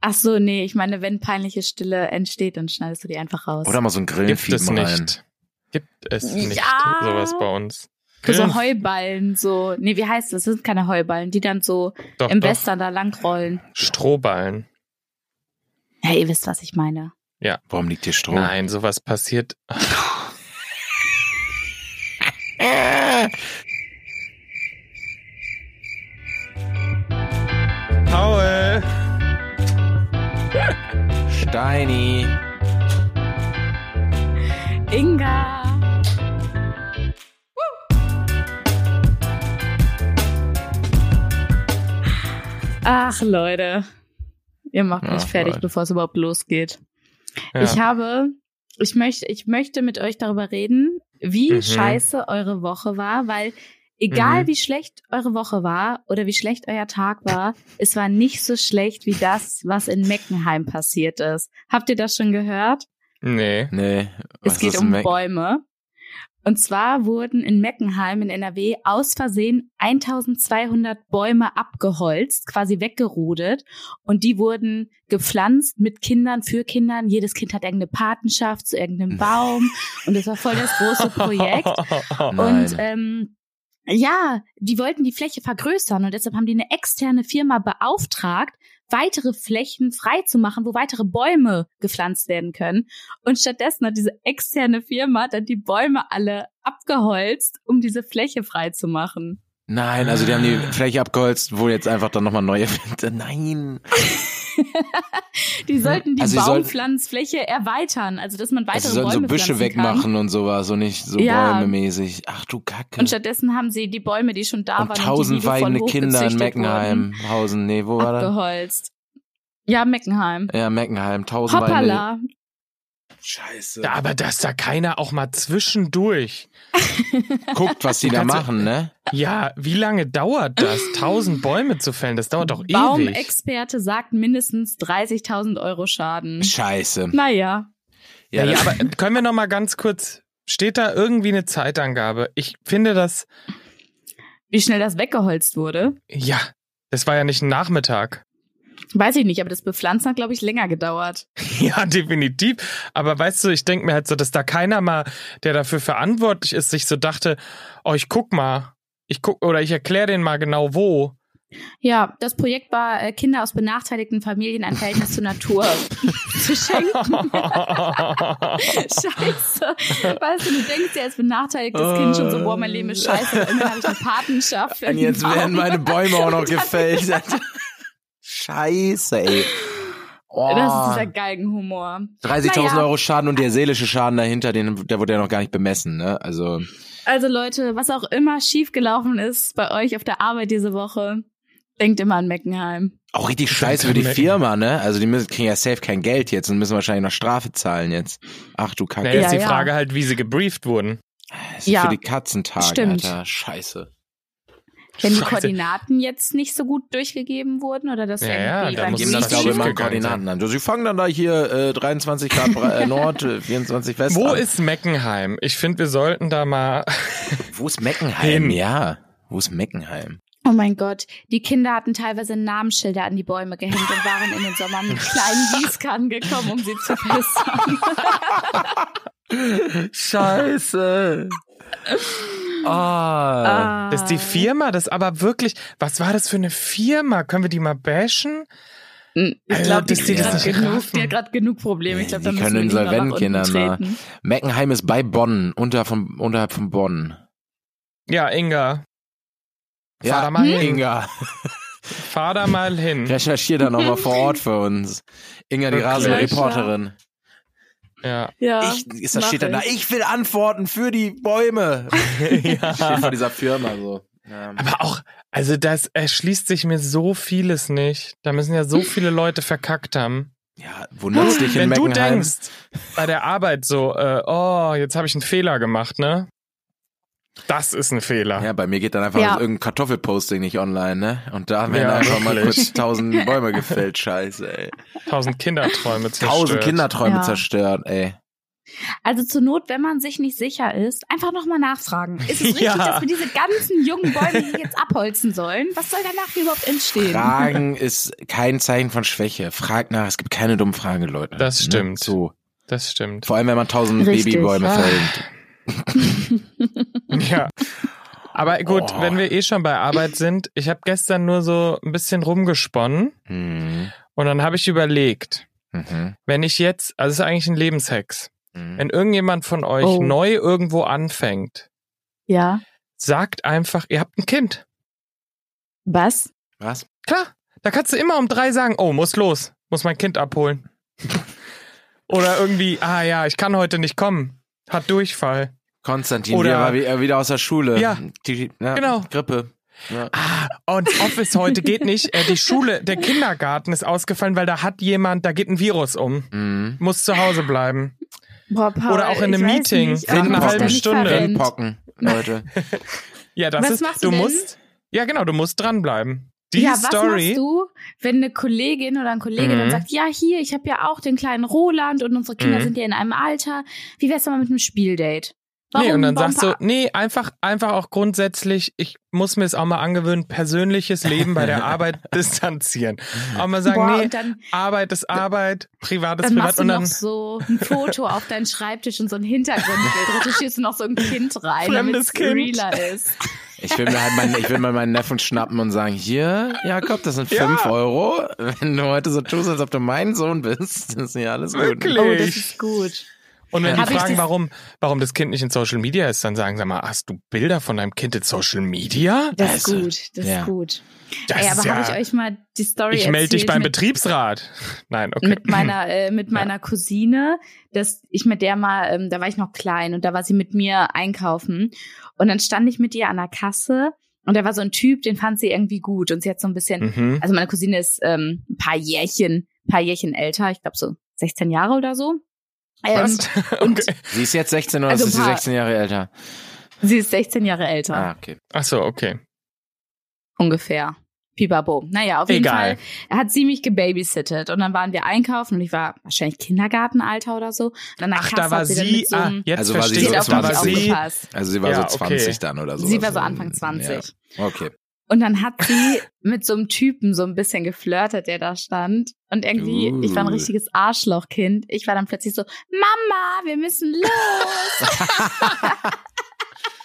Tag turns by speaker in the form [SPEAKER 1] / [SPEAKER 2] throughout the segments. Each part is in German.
[SPEAKER 1] Ach so, nee, ich meine, wenn peinliche Stille entsteht, dann schneidest du die einfach raus.
[SPEAKER 2] Oder mal so ein
[SPEAKER 3] Gibt es
[SPEAKER 2] Grillfiepen rein.
[SPEAKER 3] nicht. Gibt es nicht
[SPEAKER 1] Ja.
[SPEAKER 3] sowas bei uns.
[SPEAKER 1] So Heuballen, so. Nee, wie heißt das? Das sind keine Heuballen, die dann so
[SPEAKER 3] doch,
[SPEAKER 1] im
[SPEAKER 3] doch.
[SPEAKER 1] Western da langrollen.
[SPEAKER 3] Strohballen.
[SPEAKER 1] Ja, ihr wisst, was ich meine.
[SPEAKER 2] Warum liegt hier Stroh?
[SPEAKER 3] Nein, sowas passiert. Paul!
[SPEAKER 2] Steini.
[SPEAKER 1] Inga! Ach, Leute. Ihr macht mich
[SPEAKER 3] Ja,
[SPEAKER 1] fertig,
[SPEAKER 3] Leute.
[SPEAKER 1] bevor es überhaupt losgeht.
[SPEAKER 3] Ja.
[SPEAKER 1] Ich habe, ich möchte, ich möchte mit euch darüber reden, wie
[SPEAKER 3] Mhm.
[SPEAKER 1] scheiße eure Woche war, weil egal
[SPEAKER 3] Mhm.
[SPEAKER 1] wie schlecht eure Woche war oder wie schlecht euer Tag war, es war nicht so schlecht wie das, was in Meckenheim passiert ist. Habt ihr das schon gehört?
[SPEAKER 3] nee.
[SPEAKER 2] Nee.
[SPEAKER 1] Es
[SPEAKER 2] was
[SPEAKER 1] geht
[SPEAKER 2] ist
[SPEAKER 1] um
[SPEAKER 2] Mac-
[SPEAKER 1] Bäume. Und zwar wurden in Meckenheim in NRW aus Versehen 1200 Bäume abgeholzt, quasi weggerodet. Und die wurden gepflanzt mit Kindern, für Kindern. Jedes Kind hat irgendeine Patenschaft zu irgendeinem Baum. Und das war voll das große Projekt.
[SPEAKER 2] Nein.
[SPEAKER 1] Und ähm, ja, die wollten die Fläche vergrößern und deshalb haben die eine externe Firma beauftragt, weitere Flächen freizumachen, wo weitere Bäume gepflanzt werden können. Und stattdessen hat diese externe Firma dann die Bäume alle abgeholzt, um diese Fläche freizumachen.
[SPEAKER 2] Nein, also die haben
[SPEAKER 1] Ah.
[SPEAKER 2] die Fläche abgeholzt, wo jetzt einfach dann nochmal neue. Nein.
[SPEAKER 1] Die sollten die
[SPEAKER 2] Also sie sollten-
[SPEAKER 1] Baumpflanzfläche erweitern, also dass man weitere
[SPEAKER 2] Also sie sollen so
[SPEAKER 1] Bäume
[SPEAKER 2] Büsche
[SPEAKER 1] pflanzen
[SPEAKER 2] wegmachen
[SPEAKER 1] Kann.
[SPEAKER 2] und sowas und nicht so
[SPEAKER 1] Ja.
[SPEAKER 2] bäumemäßig. Ach du Kacke.
[SPEAKER 1] Und stattdessen haben sie die Bäume, die schon da
[SPEAKER 2] Und
[SPEAKER 1] waren,
[SPEAKER 2] tausend
[SPEAKER 1] und die liebevoll
[SPEAKER 2] weidende Kinder in
[SPEAKER 1] hochgezüchtet
[SPEAKER 2] Meckenheim. Hausen, nee, wo
[SPEAKER 1] wurden,
[SPEAKER 2] war das?
[SPEAKER 1] abgeholzt. Ja, Meckenheim.
[SPEAKER 2] Ja, Meckenheim. Tausend weidende.
[SPEAKER 1] Hoppala.
[SPEAKER 2] Scheiße.
[SPEAKER 3] Ja, aber dass da keiner auch mal zwischendurch.
[SPEAKER 2] Guckt, was die
[SPEAKER 3] Du
[SPEAKER 2] da
[SPEAKER 3] kannst-
[SPEAKER 2] machen, ne?
[SPEAKER 3] Ja, wie lange dauert das? Tausend Bäume zu fällen,
[SPEAKER 2] Oh,
[SPEAKER 3] das dauert doch ewig.
[SPEAKER 1] Baumexperte sagt mindestens 30.000 Euro Schaden.
[SPEAKER 2] Scheiße.
[SPEAKER 1] Naja,
[SPEAKER 3] Ja,
[SPEAKER 2] das-
[SPEAKER 3] ja, aber können wir noch mal ganz kurz, steht da irgendwie eine Zeitangabe? Ich finde das,
[SPEAKER 1] wie schnell das weggeholzt wurde,
[SPEAKER 3] ja, das war ja nicht ein Nachmittag.
[SPEAKER 1] weiß ich nicht, aber das Bepflanzen hat, glaube ich, länger gedauert.
[SPEAKER 3] Ja, definitiv. Aber weißt du, ich denke mir halt so, dass da keiner mal, der dafür verantwortlich ist, sich so dachte, oh, ich guck mal, ich guck oder ich erkläre den mal genau wo.
[SPEAKER 1] Ja, das Projekt war äh, Kinder aus benachteiligten Familien ein Verhältnis zur Natur zu schenken. Scheiße. Weißt du, du denkst ja als benachteiligtes Kind schon so, boah, mein Leben ist scheiße, und dann habe ich eine Patenschaft. für
[SPEAKER 2] Und jetzt
[SPEAKER 1] einen
[SPEAKER 2] werden
[SPEAKER 1] Baum.
[SPEAKER 2] meine Bäume auch noch gefällt. Scheiße, ey. Oh.
[SPEAKER 1] Das ist dieser Galgenhumor.
[SPEAKER 2] 30.000
[SPEAKER 1] Naja.
[SPEAKER 2] Euro Schaden und der seelische Schaden dahinter, den, der wurde ja noch gar nicht bemessen, ne? Also,
[SPEAKER 1] Also Leute, was auch immer schiefgelaufen ist bei euch auf der Arbeit diese Woche, denkt immer an Meckenheim.
[SPEAKER 2] auch richtig scheiße für
[SPEAKER 3] kann
[SPEAKER 2] die
[SPEAKER 3] man-
[SPEAKER 2] Firma, ne? Also, die müssen, kriegen ja safe kein Geld jetzt und müssen wahrscheinlich noch Strafe zahlen jetzt. Ach du Kacke.
[SPEAKER 3] Naja, ist
[SPEAKER 1] Ja,
[SPEAKER 3] die
[SPEAKER 1] ja.
[SPEAKER 3] Frage halt, wie sie gebrieft wurden.
[SPEAKER 2] Das ist
[SPEAKER 1] ja.
[SPEAKER 2] Für die Katzentage,
[SPEAKER 1] Stimmt.
[SPEAKER 2] Alter. Scheiße.
[SPEAKER 1] Wenn die
[SPEAKER 3] Scheiße.
[SPEAKER 1] Koordinaten jetzt nicht so gut durchgeben wurden oder das
[SPEAKER 3] Ja,
[SPEAKER 1] irgendwie
[SPEAKER 3] ja, dann
[SPEAKER 1] beim
[SPEAKER 3] muss
[SPEAKER 2] Geben
[SPEAKER 3] das
[SPEAKER 2] das,
[SPEAKER 3] ist
[SPEAKER 2] glaube ich, mal
[SPEAKER 3] schiefgegangen
[SPEAKER 2] Koordinaten an. So, Sie fangen dann da hier äh, 23 Grad Bre- äh, Nord, äh, 24 West
[SPEAKER 3] Wo
[SPEAKER 2] an.
[SPEAKER 3] ist Meckenheim? Ich finde, wir sollten da mal.
[SPEAKER 2] Wo ist Meckenheim?
[SPEAKER 3] Hin.
[SPEAKER 2] Ja. Wo ist Meckenheim?
[SPEAKER 1] Oh mein Gott, die Kinder hatten teilweise Namensschilder an die Bäume gehängt und waren in den Sommer mit kleinen Gießkannen gekommen, um sie zu fässern.
[SPEAKER 2] Scheiße. Ah.
[SPEAKER 3] Dass die Firma das aber wirklich. Was war das für eine Firma? Können wir die mal bashen?
[SPEAKER 1] Ich
[SPEAKER 3] Alter,
[SPEAKER 1] glaube, die,
[SPEAKER 3] dass
[SPEAKER 1] die,
[SPEAKER 3] die
[SPEAKER 2] das
[SPEAKER 1] hat
[SPEAKER 3] nicht
[SPEAKER 1] genug,
[SPEAKER 3] raffen.
[SPEAKER 1] die hat gerade genug Probleme. Ich glaube, da
[SPEAKER 2] die
[SPEAKER 1] müssen wir
[SPEAKER 2] können
[SPEAKER 1] lieber nach
[SPEAKER 2] insolvent
[SPEAKER 1] unten
[SPEAKER 2] gehen danach.
[SPEAKER 1] treten.
[SPEAKER 2] Meckenheim ist bei Bonn, unter von, unterhalb von Bonn.
[SPEAKER 3] Ja, Inga, Fahr da mal hin.
[SPEAKER 2] Inga.
[SPEAKER 3] fahr da mal hin.
[SPEAKER 2] Recherchier da nochmal vor Ort für uns. Inga, die
[SPEAKER 3] Wirklich?
[SPEAKER 2] rasende Reporterin.
[SPEAKER 3] Ja.
[SPEAKER 1] Ja.
[SPEAKER 2] Ich, ist das
[SPEAKER 1] mach
[SPEAKER 2] steht dann da,
[SPEAKER 1] ich.
[SPEAKER 2] ich will Antworten für die Bäume. Steht vor
[SPEAKER 3] ja.
[SPEAKER 2] dieser Firma so. Ja.
[SPEAKER 3] Aber auch, also das erschließt sich mir so vieles nicht. Da müssen ja so viele Leute verkackt haben.
[SPEAKER 2] Ja, wundert's dich in
[SPEAKER 3] Wenn du
[SPEAKER 2] Meckenheim.
[SPEAKER 3] denkst, bei der Arbeit so, äh, oh, jetzt habe ich einen Fehler gemacht, ne? Das ist ein Fehler.
[SPEAKER 2] Ja, bei mir geht dann einfach
[SPEAKER 1] Ja.
[SPEAKER 2] irgendein Kartoffelposting nicht online, ne? Und da werden
[SPEAKER 3] Ja,
[SPEAKER 2] einfach mal
[SPEAKER 3] wirklich.
[SPEAKER 2] kurz tausend Bäume gefällt, scheiße, ey.
[SPEAKER 3] Tausend Kinderträume zerstört.
[SPEAKER 2] Tausend Kinderträume
[SPEAKER 1] Ja.
[SPEAKER 2] zerstört, ey.
[SPEAKER 1] Also zur Not, wenn man sich nicht sicher ist, einfach nochmal nachfragen. Ist es richtig,
[SPEAKER 3] Ja.
[SPEAKER 1] dass wir diese ganzen jungen Bäume hier jetzt abholzen sollen? Was soll danach hier überhaupt entstehen?
[SPEAKER 2] Fragen ist kein Zeichen von Schwäche. Frag nach, es gibt keine dummen Fragen, Leute.
[SPEAKER 3] Das
[SPEAKER 2] Ne?
[SPEAKER 3] stimmt.
[SPEAKER 2] So.
[SPEAKER 3] Das stimmt.
[SPEAKER 2] Vor allem, wenn man tausend
[SPEAKER 1] Richtig.
[SPEAKER 2] Babybäume
[SPEAKER 3] Ah.
[SPEAKER 2] fällt.
[SPEAKER 3] Ja. Aber gut,
[SPEAKER 2] Oh.
[SPEAKER 3] wenn wir eh schon bei Arbeit sind, ich habe gestern nur so ein bisschen rumgesponnen
[SPEAKER 2] Mhm.
[SPEAKER 3] und dann habe ich überlegt,
[SPEAKER 2] Mhm.
[SPEAKER 3] wenn ich jetzt, also es ist eigentlich ein Lebenshex,
[SPEAKER 2] Mhm.
[SPEAKER 3] wenn irgendjemand von euch
[SPEAKER 1] Oh.
[SPEAKER 3] neu irgendwo anfängt,
[SPEAKER 1] Ja.
[SPEAKER 3] sagt einfach, ihr habt ein Kind.
[SPEAKER 1] Was?
[SPEAKER 2] Was?
[SPEAKER 3] Klar, da kannst du immer um drei sagen, oh, muss los, muss mein Kind abholen. Oder irgendwie, ah ja, ich kann heute nicht kommen, hat Durchfall.
[SPEAKER 2] Konstantin
[SPEAKER 3] Oder-
[SPEAKER 2] wieder, war wie- äh, wieder aus der Schule.
[SPEAKER 3] Ja.
[SPEAKER 2] Die, na,
[SPEAKER 3] Genau.
[SPEAKER 2] Grippe. Ja.
[SPEAKER 3] Ah, und Office heute geht nicht. Äh, die Schule, der Kindergarten ist ausgefallen, weil da hat jemand, da geht ein Virus um.
[SPEAKER 2] Mhm.
[SPEAKER 3] Muss zu Hause bleiben.
[SPEAKER 1] Boah, Paul,
[SPEAKER 3] Oder auch in
[SPEAKER 1] ich
[SPEAKER 3] einem
[SPEAKER 1] weiß
[SPEAKER 3] Meeting.
[SPEAKER 1] nicht,
[SPEAKER 3] Nach
[SPEAKER 1] ob
[SPEAKER 2] einer
[SPEAKER 1] man das
[SPEAKER 2] halben
[SPEAKER 1] da nicht
[SPEAKER 3] Stunde.
[SPEAKER 1] verrennt.
[SPEAKER 2] Rindpocken, Leute.
[SPEAKER 3] Ja, das
[SPEAKER 1] Was
[SPEAKER 3] ist.
[SPEAKER 1] machst
[SPEAKER 3] du
[SPEAKER 1] du denn?
[SPEAKER 3] musst. Ja, genau, du musst dranbleiben. Die
[SPEAKER 1] ja, was
[SPEAKER 3] Story.
[SPEAKER 1] machst du, wenn eine Kollegin oder ein Kollege
[SPEAKER 3] Mhm.
[SPEAKER 1] dann sagt, ja, hier, ich habe ja auch den kleinen Roland und unsere Kinder
[SPEAKER 3] Mhm.
[SPEAKER 1] sind ja in einem Alter. Wie wär's denn mal mit einem Spieldate?
[SPEAKER 3] nee, und dann
[SPEAKER 1] warum
[SPEAKER 3] sagst du,
[SPEAKER 1] pa-
[SPEAKER 3] nee, einfach, einfach auch grundsätzlich, ich muss mir es auch mal angewöhnen, persönliches Leben bei der Arbeit distanzieren. Auch mal sagen,
[SPEAKER 1] Boah,
[SPEAKER 3] nee,
[SPEAKER 1] und dann,
[SPEAKER 3] Arbeit ist Arbeit, privat ist
[SPEAKER 1] dann
[SPEAKER 3] privat
[SPEAKER 1] machst du
[SPEAKER 3] und
[SPEAKER 1] noch
[SPEAKER 3] dann
[SPEAKER 1] so ein Foto auf deinen Schreibtisch und so ein Hintergrundbild. Retuschierst du noch so ein Kind rein, damit
[SPEAKER 3] Fremdes
[SPEAKER 1] es
[SPEAKER 3] Kind.
[SPEAKER 1] realer ist. Oh,
[SPEAKER 2] Ich will mir halt meinen, ich will mal meinen Neffen schnappen und sagen, hier, Jakob, das sind
[SPEAKER 3] Ja.
[SPEAKER 2] fünf Euro. Wenn du heute so tust, als ob du mein Sohn bist, ist ja alles gut.
[SPEAKER 3] Wirklich?
[SPEAKER 1] Oh, das ist gut.
[SPEAKER 3] Und wenn
[SPEAKER 1] Hab
[SPEAKER 3] die
[SPEAKER 1] ich
[SPEAKER 3] fragen,
[SPEAKER 1] das-
[SPEAKER 3] warum, warum das Kind nicht in Social Media ist, dann sagen sie mal, hast du Bilder von deinem Kind in Social Media?
[SPEAKER 1] Das ist
[SPEAKER 2] Also,
[SPEAKER 1] gut, das
[SPEAKER 2] ja.
[SPEAKER 1] ist gut.
[SPEAKER 3] Das
[SPEAKER 1] Ey,
[SPEAKER 3] ist
[SPEAKER 1] aber
[SPEAKER 3] ja,
[SPEAKER 1] habe ich euch mal die Story
[SPEAKER 3] ich melde dich
[SPEAKER 1] erzählt
[SPEAKER 3] beim
[SPEAKER 1] mit-
[SPEAKER 3] Betriebsrat. Nein, okay.
[SPEAKER 1] mit meiner äh, mit
[SPEAKER 3] Ja.
[SPEAKER 1] meiner Cousine, dass ich mit der mal, ähm, da war ich noch klein und da war sie mit mir einkaufen und dann stand ich mit ihr an der Kasse und da war so ein Typ, den fand sie irgendwie gut und sie hat so ein bisschen,
[SPEAKER 3] mhm.
[SPEAKER 1] also meine Cousine ist ähm, ein paar Jährchen, paar Jährchen älter, ich glaube so 16 Jahre oder so. Ähm,
[SPEAKER 3] Was?
[SPEAKER 1] und-
[SPEAKER 3] okay.
[SPEAKER 2] Sie ist jetzt 16 oder
[SPEAKER 1] Also
[SPEAKER 2] ist sie
[SPEAKER 1] ein paar-
[SPEAKER 2] 16 Jahre älter?
[SPEAKER 1] sie ist 16 Jahre älter
[SPEAKER 2] Ah, okay.
[SPEAKER 3] Ach so, okay.
[SPEAKER 1] ungefähr. Pibabo. Naja, auf jeden
[SPEAKER 3] Egal.
[SPEAKER 1] Fall hat sie mich gebabysittet und dann waren wir einkaufen und ich war wahrscheinlich Kindergartenalter oder so. Und an der
[SPEAKER 3] Ach,
[SPEAKER 1] Kasse
[SPEAKER 3] da war
[SPEAKER 1] hat sie, dann
[SPEAKER 3] sie,
[SPEAKER 1] mit so
[SPEAKER 3] ah,
[SPEAKER 1] einem,
[SPEAKER 3] jetzt
[SPEAKER 2] Also war
[SPEAKER 3] verstehe
[SPEAKER 1] sie
[SPEAKER 2] so
[SPEAKER 1] hat auf mich
[SPEAKER 3] ich, da war sie, Ah,
[SPEAKER 1] aufgepasst.
[SPEAKER 2] Also sie war
[SPEAKER 3] Ja,
[SPEAKER 2] so
[SPEAKER 3] okay.
[SPEAKER 2] 20 dann oder so. Also,
[SPEAKER 1] Sie war so Anfang 20.
[SPEAKER 2] Ja. Okay.
[SPEAKER 1] Und dann hat sie mit so einem Typen so ein bisschen geflirtet, der da stand. Und irgendwie, ich war ein
[SPEAKER 2] Uh.
[SPEAKER 1] richtiges Arschlochkind. Ich war dann plötzlich so, Mama, wir müssen los.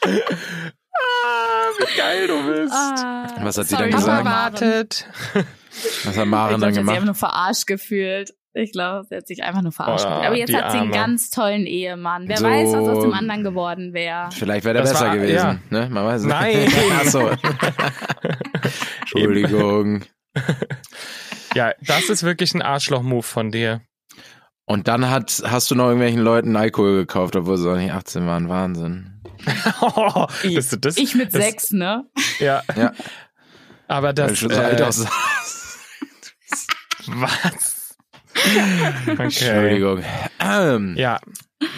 [SPEAKER 3] ah, wie geil du bist.
[SPEAKER 1] Ah,
[SPEAKER 2] Was hat sie dann
[SPEAKER 1] Mama
[SPEAKER 2] gesagt?
[SPEAKER 3] Papa
[SPEAKER 1] Maren.
[SPEAKER 3] wartet.
[SPEAKER 2] Was hat
[SPEAKER 1] Ich
[SPEAKER 2] Maren
[SPEAKER 1] glaube,
[SPEAKER 2] dann
[SPEAKER 1] sie hat sich einfach
[SPEAKER 2] gemacht?
[SPEAKER 1] nur verarscht gefühlt. Ich glaube, sie hat sich einfach nur verarscht
[SPEAKER 3] Oh,
[SPEAKER 1] gefühlt. Aber jetzt
[SPEAKER 3] die
[SPEAKER 1] hat sie einen
[SPEAKER 3] Arme.
[SPEAKER 1] ganz tollen Ehemann. Wer
[SPEAKER 2] So.
[SPEAKER 1] weiß, was aus dem anderen geworden wäre.
[SPEAKER 2] Vielleicht wäre der
[SPEAKER 3] Das
[SPEAKER 2] besser
[SPEAKER 3] war-
[SPEAKER 2] gewesen.
[SPEAKER 3] ja.
[SPEAKER 2] Ne? Man weiß es nicht.
[SPEAKER 3] Nein.
[SPEAKER 2] Ach so. Entschuldigung.
[SPEAKER 3] Ja, das ist wirklich ein Arschloch-Move von dir.
[SPEAKER 2] Und dann hat, hast du noch irgendwelchen Leuten Alkohol gekauft, obwohl sie noch nicht 18 waren. Wahnsinn.
[SPEAKER 3] Bist du das?
[SPEAKER 1] Ich mit
[SPEAKER 3] das,
[SPEAKER 1] sechs, ne?
[SPEAKER 3] Ja.
[SPEAKER 2] Ja.
[SPEAKER 3] Aber
[SPEAKER 2] Weil du
[SPEAKER 3] das.
[SPEAKER 2] schon so alt
[SPEAKER 3] äh,
[SPEAKER 2] aussahst.
[SPEAKER 3] Was? Okay.
[SPEAKER 2] Entschuldigung. Ähm,
[SPEAKER 3] Ja,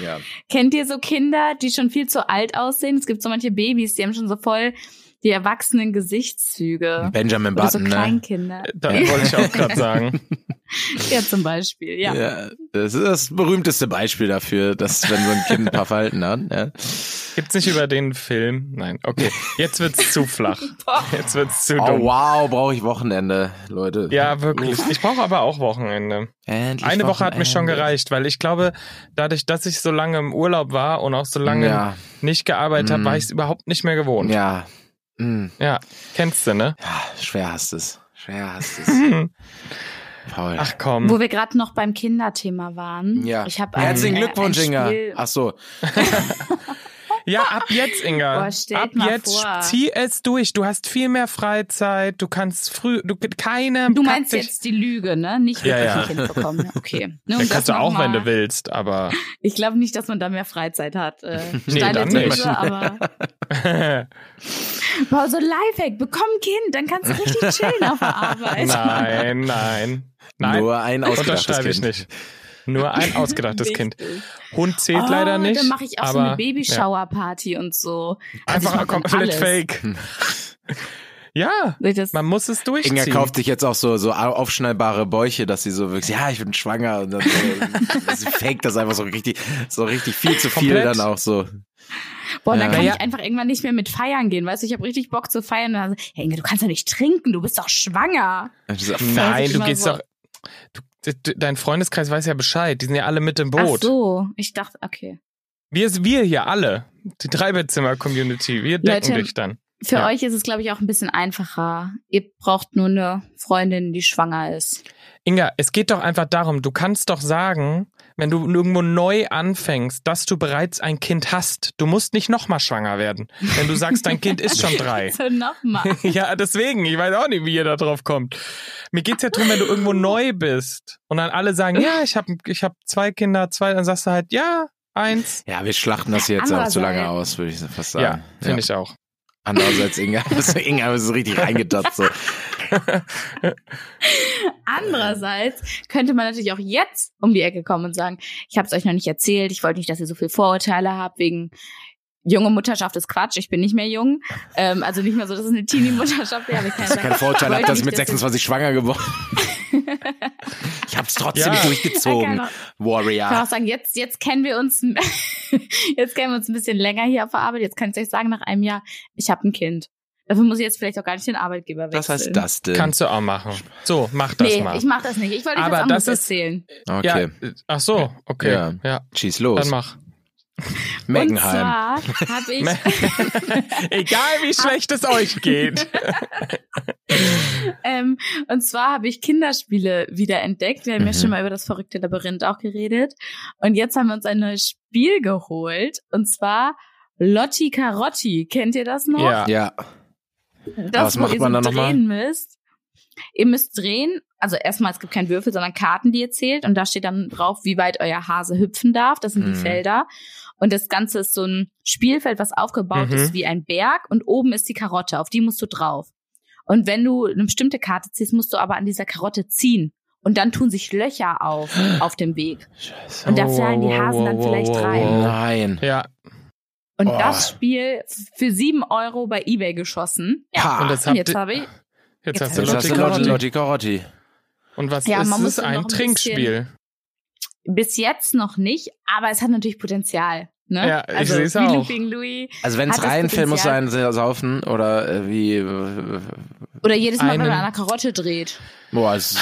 [SPEAKER 2] ja.
[SPEAKER 1] Kennt ihr so Kinder, die schon viel zu alt aussehen? Es gibt so manche Babys, die haben schon so voll die erwachsenen Gesichtszüge.
[SPEAKER 2] Benjamin
[SPEAKER 1] Oder so
[SPEAKER 2] Button, ne?
[SPEAKER 1] Kleinkinder.
[SPEAKER 3] da wollte ich auch gerade sagen.
[SPEAKER 1] Ja, zum Beispiel, ja.
[SPEAKER 2] Das ist das berühmteste Beispiel dafür, dass wenn so ein Kind ein paar Falten hat. ne? Ja.
[SPEAKER 3] Gibt's nicht über den Film? Nein, okay. Jetzt wird's zu flach. Jetzt wird's zu
[SPEAKER 2] Oh
[SPEAKER 3] dumm.
[SPEAKER 2] wow, brauche ich Wochenende, Leute.
[SPEAKER 3] Ja, wirklich. Ich brauche aber auch Wochenende.
[SPEAKER 2] Endlich
[SPEAKER 3] Eine Woche hat mir schon
[SPEAKER 2] Wochenende.
[SPEAKER 3] gereicht, weil ich glaube, dadurch, dass ich so lange im Urlaub war und auch so lange
[SPEAKER 2] Ja,
[SPEAKER 3] nicht gearbeitet habe,
[SPEAKER 2] Mhm.
[SPEAKER 3] war ich es überhaupt nicht mehr gewohnt. Ja.
[SPEAKER 2] ja. Hm.
[SPEAKER 3] Kennst du, ne?
[SPEAKER 2] ja. Schwer hast es. Schwer hast es. Paul.
[SPEAKER 3] Ach komm.
[SPEAKER 1] Wo wir gerade noch beim Kinderthema waren.
[SPEAKER 2] ja.
[SPEAKER 1] Ich hab ein,
[SPEAKER 2] Herzlichen
[SPEAKER 1] äh,
[SPEAKER 2] Glückwunsch,
[SPEAKER 1] ein
[SPEAKER 2] Inga.
[SPEAKER 1] Spiel-
[SPEAKER 2] Ach so.
[SPEAKER 3] Ja, ab jetzt, Inga.
[SPEAKER 1] Boah, stellt
[SPEAKER 3] ab
[SPEAKER 1] mal
[SPEAKER 3] jetzt
[SPEAKER 1] vor.
[SPEAKER 3] zieh es durch. Du hast viel mehr Freizeit. Du kannst früh, du keine.
[SPEAKER 1] Du meinst
[SPEAKER 3] praktisch-
[SPEAKER 1] jetzt die Lüge, ne? Nicht
[SPEAKER 3] Ja,
[SPEAKER 1] wirklich
[SPEAKER 3] ja.
[SPEAKER 1] ein Kind bekommen. ne? Okay. Ne, um
[SPEAKER 3] Dann
[SPEAKER 1] das
[SPEAKER 3] kannst du
[SPEAKER 1] noch
[SPEAKER 3] auch,
[SPEAKER 1] mal-
[SPEAKER 3] wenn du willst, aber
[SPEAKER 1] Ich glaube nicht, dass man da mehr Freizeit hat. Äh,
[SPEAKER 3] Nee,
[SPEAKER 1] steile
[SPEAKER 3] dann
[SPEAKER 1] These,
[SPEAKER 3] nicht.
[SPEAKER 1] aber. Boah, so ein Lifehack, bekomm ein Kind, dann kannst du richtig chillen auf der Arbeit.
[SPEAKER 3] nein, nein, nein.
[SPEAKER 2] Nur ein ausgedachtes
[SPEAKER 3] unterschreibe
[SPEAKER 2] Kind.
[SPEAKER 3] ich nicht. Nur ein ausgedachtes Kind.
[SPEAKER 1] Richtig.
[SPEAKER 3] Hund zählt
[SPEAKER 1] oh,
[SPEAKER 3] leider nicht.
[SPEAKER 1] Dann mache ich auch
[SPEAKER 3] aber,
[SPEAKER 1] so eine Babyshower-Party und so.
[SPEAKER 3] Ja,
[SPEAKER 1] Also ich
[SPEAKER 3] einfach
[SPEAKER 1] mach dann
[SPEAKER 3] Hm. komplett
[SPEAKER 1] alles.
[SPEAKER 3] fake. Ja,
[SPEAKER 1] Das,
[SPEAKER 3] man muss es durchziehen.
[SPEAKER 2] Inga kauft sich jetzt auch so, so au- aufschnallbare Bäuche, dass sie so wirklich, ja, ich bin schwanger und dann so, sie fängt das einfach so richtig, so richtig viel zu viel
[SPEAKER 3] Komplett.
[SPEAKER 2] dann auch so.
[SPEAKER 1] boah, dann
[SPEAKER 2] Ja.
[SPEAKER 1] kann
[SPEAKER 3] Naja.
[SPEAKER 1] ich einfach irgendwann nicht mehr mit feiern gehen, weißt du? Ich habe richtig Bock zu feiern. Und dann so, hey, Inge, du kannst ja nicht trinken, du bist doch schwanger.
[SPEAKER 2] Und ich so,
[SPEAKER 3] Nein, du
[SPEAKER 1] Immer
[SPEAKER 3] gehst
[SPEAKER 1] so.
[SPEAKER 3] doch. Du, du, dein Freundeskreis weiß ja Bescheid. Die sind ja alle mit im Boot.
[SPEAKER 1] Ach so, ich dachte, okay.
[SPEAKER 3] Wir, wir hier alle, die Dreibettzimmer-Community, wir decken
[SPEAKER 1] Leute.
[SPEAKER 3] dich dann.
[SPEAKER 1] Für
[SPEAKER 3] Ja.
[SPEAKER 1] euch ist es, glaube ich, auch ein bisschen einfacher. Ihr braucht nur eine Freundin, die schwanger ist.
[SPEAKER 3] Inga, es geht doch einfach darum, du kannst doch sagen, wenn du irgendwo neu anfängst, dass du bereits ein Kind hast. Du musst nicht nochmal schwanger werden. Wenn du sagst, dein Kind ist schon drei.
[SPEAKER 1] So, nochmal.
[SPEAKER 3] Ja, deswegen, ich weiß auch nicht, wie ihr da drauf kommt. Mir geht's ja drum, wenn du irgendwo neu bist und dann alle sagen, ja, ich habe ich hab zwei Kinder, zwei, dann sagst du halt, ja, eins.
[SPEAKER 2] ja, wir schlachten das hier jetzt auch zu lange
[SPEAKER 1] Andererseits-
[SPEAKER 2] aus, würde ich so fast
[SPEAKER 3] Ja,
[SPEAKER 2] sagen.
[SPEAKER 3] finde ich auch.
[SPEAKER 2] Andererseits, Inga, bist du, Inga, bist du richtig reingedacht, so.
[SPEAKER 1] Andererseits könnte man natürlich auch jetzt um die Ecke kommen und sagen, ich habe es euch noch nicht erzählt, ich wollte nicht, dass ihr so viel Vorurteile habt wegen junge Mutterschaft ist Quatsch, ich bin nicht mehr jung. Ähm, also nicht mehr so, dass es eine Teenie-Mutterschaft wäre, aber ich kann
[SPEAKER 2] Dass ich
[SPEAKER 1] sagen,
[SPEAKER 2] keinen Vorteil habe,
[SPEAKER 1] wollte
[SPEAKER 2] dass
[SPEAKER 1] nicht,
[SPEAKER 2] ich mit
[SPEAKER 1] dass ihr-
[SPEAKER 2] 26 schwanger geworden Ich hab's trotzdem
[SPEAKER 3] Ja.
[SPEAKER 2] durchgezogen,
[SPEAKER 1] Ja, Ich kann
[SPEAKER 2] Warrior.
[SPEAKER 1] auch sagen, jetzt, jetzt kennen wir uns, ein- jetzt kennen wir uns ein bisschen länger hier auf der Arbeit. Jetzt kann ich euch sagen, nach einem Jahr, ich habe ein Kind. Dafür muss ich jetzt vielleicht auch gar nicht den Arbeitgeber wechseln.
[SPEAKER 2] Was heißt das denn?
[SPEAKER 3] Kannst du auch machen. So, mach das
[SPEAKER 1] Nee,
[SPEAKER 3] mal.
[SPEAKER 1] ich mache das nicht. Ich wollte euch
[SPEAKER 3] Aber
[SPEAKER 1] was anderes
[SPEAKER 3] das ist-
[SPEAKER 1] erzählen.
[SPEAKER 3] ja,
[SPEAKER 2] okay,
[SPEAKER 3] äh, ach so, okay.
[SPEAKER 2] Ja.
[SPEAKER 3] Ja,
[SPEAKER 2] schieß
[SPEAKER 3] dann
[SPEAKER 2] los.
[SPEAKER 3] mach.
[SPEAKER 2] Meckenheim.
[SPEAKER 1] Und zwar habe ich
[SPEAKER 3] Egal wie schlecht es euch geht.
[SPEAKER 1] Ähm, und zwar habe ich Kinderspiele wiederentdeckt. Wir haben ja
[SPEAKER 2] Mhm.
[SPEAKER 1] schon mal über das verrückte Labyrinth auch geredet. Und jetzt haben wir uns ein neues Spiel geholt. Und zwar Lotti Carotti. Kennt ihr das noch?
[SPEAKER 3] Ja.
[SPEAKER 2] Ja,
[SPEAKER 1] Das,
[SPEAKER 2] was
[SPEAKER 1] wo
[SPEAKER 2] macht
[SPEAKER 1] ihr
[SPEAKER 2] man
[SPEAKER 1] so
[SPEAKER 2] da nochmal?
[SPEAKER 1] drehen müsst. Ihr müsst drehen. Also erstmal, es gibt keinen Würfel, sondern Karten, die ihr zählt. Und da steht dann drauf, wie weit euer Hase hüpfen darf. Das sind
[SPEAKER 2] Mhm.
[SPEAKER 1] die Felder. Und das Ganze ist so ein Spielfeld, was aufgebaut
[SPEAKER 3] Mhm.
[SPEAKER 1] ist wie ein Berg. Und oben ist die Karotte. Auf die musst du drauf. Und wenn du eine bestimmte Karte ziehst, musst du aber an dieser Karotte ziehen. Und dann tun sich Löcher auf, auf dem Weg.
[SPEAKER 2] Scheiße.
[SPEAKER 1] Und da fallen die
[SPEAKER 3] Wow, wow,
[SPEAKER 1] Hasen dann
[SPEAKER 3] wow,
[SPEAKER 1] vielleicht
[SPEAKER 3] wow,
[SPEAKER 1] rein.
[SPEAKER 3] wow.
[SPEAKER 2] Nein.
[SPEAKER 3] Ja,
[SPEAKER 1] Und
[SPEAKER 2] Oh.
[SPEAKER 1] das Spiel für sieben Euro bei Ebay geschossen. Ja.
[SPEAKER 2] Ha.
[SPEAKER 3] und das
[SPEAKER 1] Und
[SPEAKER 3] habt
[SPEAKER 1] Ah, jetzt
[SPEAKER 3] ihr.
[SPEAKER 1] habe ich
[SPEAKER 3] Jetzt
[SPEAKER 1] jetzt
[SPEAKER 3] hast du
[SPEAKER 2] Jetzt hast
[SPEAKER 3] Lotti
[SPEAKER 2] du Also Lotti,
[SPEAKER 3] Karotti.
[SPEAKER 2] Lotti Karotti.
[SPEAKER 3] Und was
[SPEAKER 1] Ja,
[SPEAKER 3] ist
[SPEAKER 1] man muss
[SPEAKER 3] es?
[SPEAKER 1] noch ein
[SPEAKER 3] Ein
[SPEAKER 1] bisschen-
[SPEAKER 3] Trinkspiel.
[SPEAKER 1] Bis jetzt noch nicht, aber es hat natürlich Potenzial. Ne?
[SPEAKER 3] Ja, ich
[SPEAKER 1] also
[SPEAKER 3] seh's
[SPEAKER 1] wie
[SPEAKER 3] auch.
[SPEAKER 1] Looping Louis
[SPEAKER 2] Also wenn
[SPEAKER 1] Hat
[SPEAKER 2] es
[SPEAKER 1] das
[SPEAKER 2] reinfällt, muss
[SPEAKER 1] Potenzial?
[SPEAKER 2] sein saufen oder äh, wie. äh,
[SPEAKER 1] oder jedes Mal, wenn
[SPEAKER 3] Einen-
[SPEAKER 1] man an einer Karotte dreht.
[SPEAKER 2] Boah, es ist,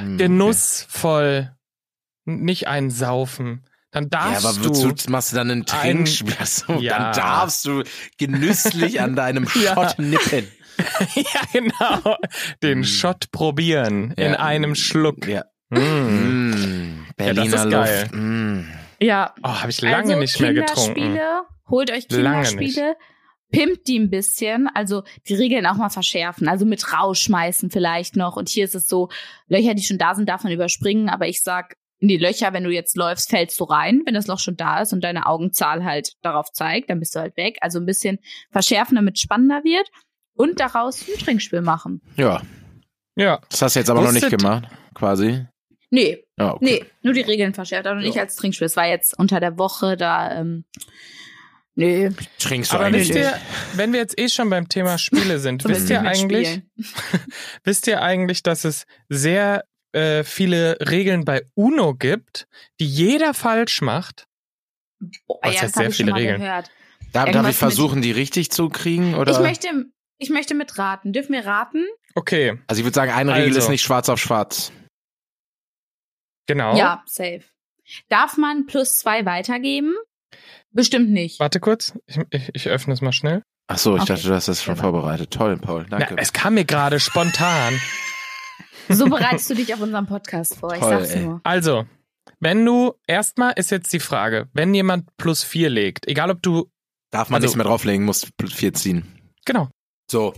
[SPEAKER 2] Hm, okay.
[SPEAKER 3] Genussvoll. Nicht ein Saufen. Dann
[SPEAKER 2] Ja,
[SPEAKER 3] darfst
[SPEAKER 2] aber
[SPEAKER 3] du.
[SPEAKER 2] wozu machst du dann ein
[SPEAKER 3] Ein-
[SPEAKER 2] Trinkspiel? So,
[SPEAKER 3] Ja.
[SPEAKER 2] Dann darfst du genüsslich an deinem
[SPEAKER 3] Ja.
[SPEAKER 2] Schott nippen.
[SPEAKER 3] ja, genau. Den
[SPEAKER 2] Mm.
[SPEAKER 3] Shot probieren in
[SPEAKER 2] Ja.
[SPEAKER 3] einem Schluck.
[SPEAKER 2] Ja.
[SPEAKER 3] Mm.
[SPEAKER 2] Mm,
[SPEAKER 3] Ja, das
[SPEAKER 2] Berliner
[SPEAKER 3] ist geil.
[SPEAKER 2] Luft. Mm.
[SPEAKER 1] Ja,
[SPEAKER 3] Oh, habe ich lange
[SPEAKER 1] also
[SPEAKER 3] nicht mehr getrunken.
[SPEAKER 1] Kinderspiele, holt euch
[SPEAKER 3] Lange
[SPEAKER 1] Kinderspiele, pimpt die ein bisschen, also die Regeln auch mal verschärfen, also mit rausschmeißen vielleicht noch. Und hier ist es so, Löcher, die schon da sind, darf man überspringen, aber ich sag, in die Löcher, wenn du jetzt läufst, fällst du rein, wenn das Loch schon da ist und deine Augenzahl halt darauf zeigt, dann bist du halt weg. Also ein bisschen verschärfen, damit es spannender wird und daraus ein Trinkspiel machen.
[SPEAKER 2] Ja,
[SPEAKER 3] Ja.
[SPEAKER 2] das hast du jetzt aber noch nicht
[SPEAKER 3] Wusstet-
[SPEAKER 2] gemacht, quasi.
[SPEAKER 1] Nee,
[SPEAKER 2] Ja, okay.
[SPEAKER 1] Nee, nur die Regeln verschärft, aber nicht
[SPEAKER 2] Ja.
[SPEAKER 1] als Trinkspiel. Es war jetzt unter der Woche da, ähm, nee.
[SPEAKER 2] Trinkst du
[SPEAKER 3] Aber
[SPEAKER 2] eigentlich
[SPEAKER 3] wisst
[SPEAKER 2] nicht.
[SPEAKER 3] ihr, wenn wir jetzt eh schon beim Thema Spiele sind,
[SPEAKER 1] zum
[SPEAKER 3] wisst ihr
[SPEAKER 1] Beispiel mit
[SPEAKER 3] eigentlich,
[SPEAKER 1] Spielen.
[SPEAKER 3] wisst ihr eigentlich, dass es sehr äh, viele Regeln bei Uno gibt, die jeder falsch macht?
[SPEAKER 1] Boah,
[SPEAKER 3] Was
[SPEAKER 1] Ah ja,
[SPEAKER 3] heißt
[SPEAKER 1] das
[SPEAKER 3] sehr
[SPEAKER 1] habe ich schon
[SPEAKER 3] viele
[SPEAKER 1] mal
[SPEAKER 3] Regeln?
[SPEAKER 1] gehört.
[SPEAKER 2] Darf, darf
[SPEAKER 1] irgendwas
[SPEAKER 2] ich versuchen, die richtig zu kriegen? Oder?
[SPEAKER 1] Ich möchte, ich möchte mitraten. Dürfen wir raten?
[SPEAKER 3] Okay,
[SPEAKER 2] also ich würde sagen, eine Regel
[SPEAKER 3] Also.
[SPEAKER 2] ist nicht schwarz auf schwarz.
[SPEAKER 3] genau.
[SPEAKER 1] Ja, safe. Darf man plus zwei weitergeben? Bestimmt nicht.
[SPEAKER 3] Warte kurz, ich, ich, ich öffne es mal schnell.
[SPEAKER 2] Ach so, ich
[SPEAKER 1] Okay.
[SPEAKER 2] dachte, du hast das schon vorbereitet. Toll, Paul. Danke.
[SPEAKER 3] Na, es kam mir gerade spontan.
[SPEAKER 1] So bereitest du dich auf unseren Podcast vor. Ich
[SPEAKER 2] Toll,
[SPEAKER 1] sag's
[SPEAKER 2] ey.
[SPEAKER 1] nur.
[SPEAKER 3] Also, wenn du, erstmal ist jetzt die Frage, wenn jemand plus vier legt, egal ob du,
[SPEAKER 2] Darf man
[SPEAKER 3] Also-
[SPEAKER 2] nichts mehr drauflegen, muss vier ziehen.
[SPEAKER 3] genau,
[SPEAKER 2] So.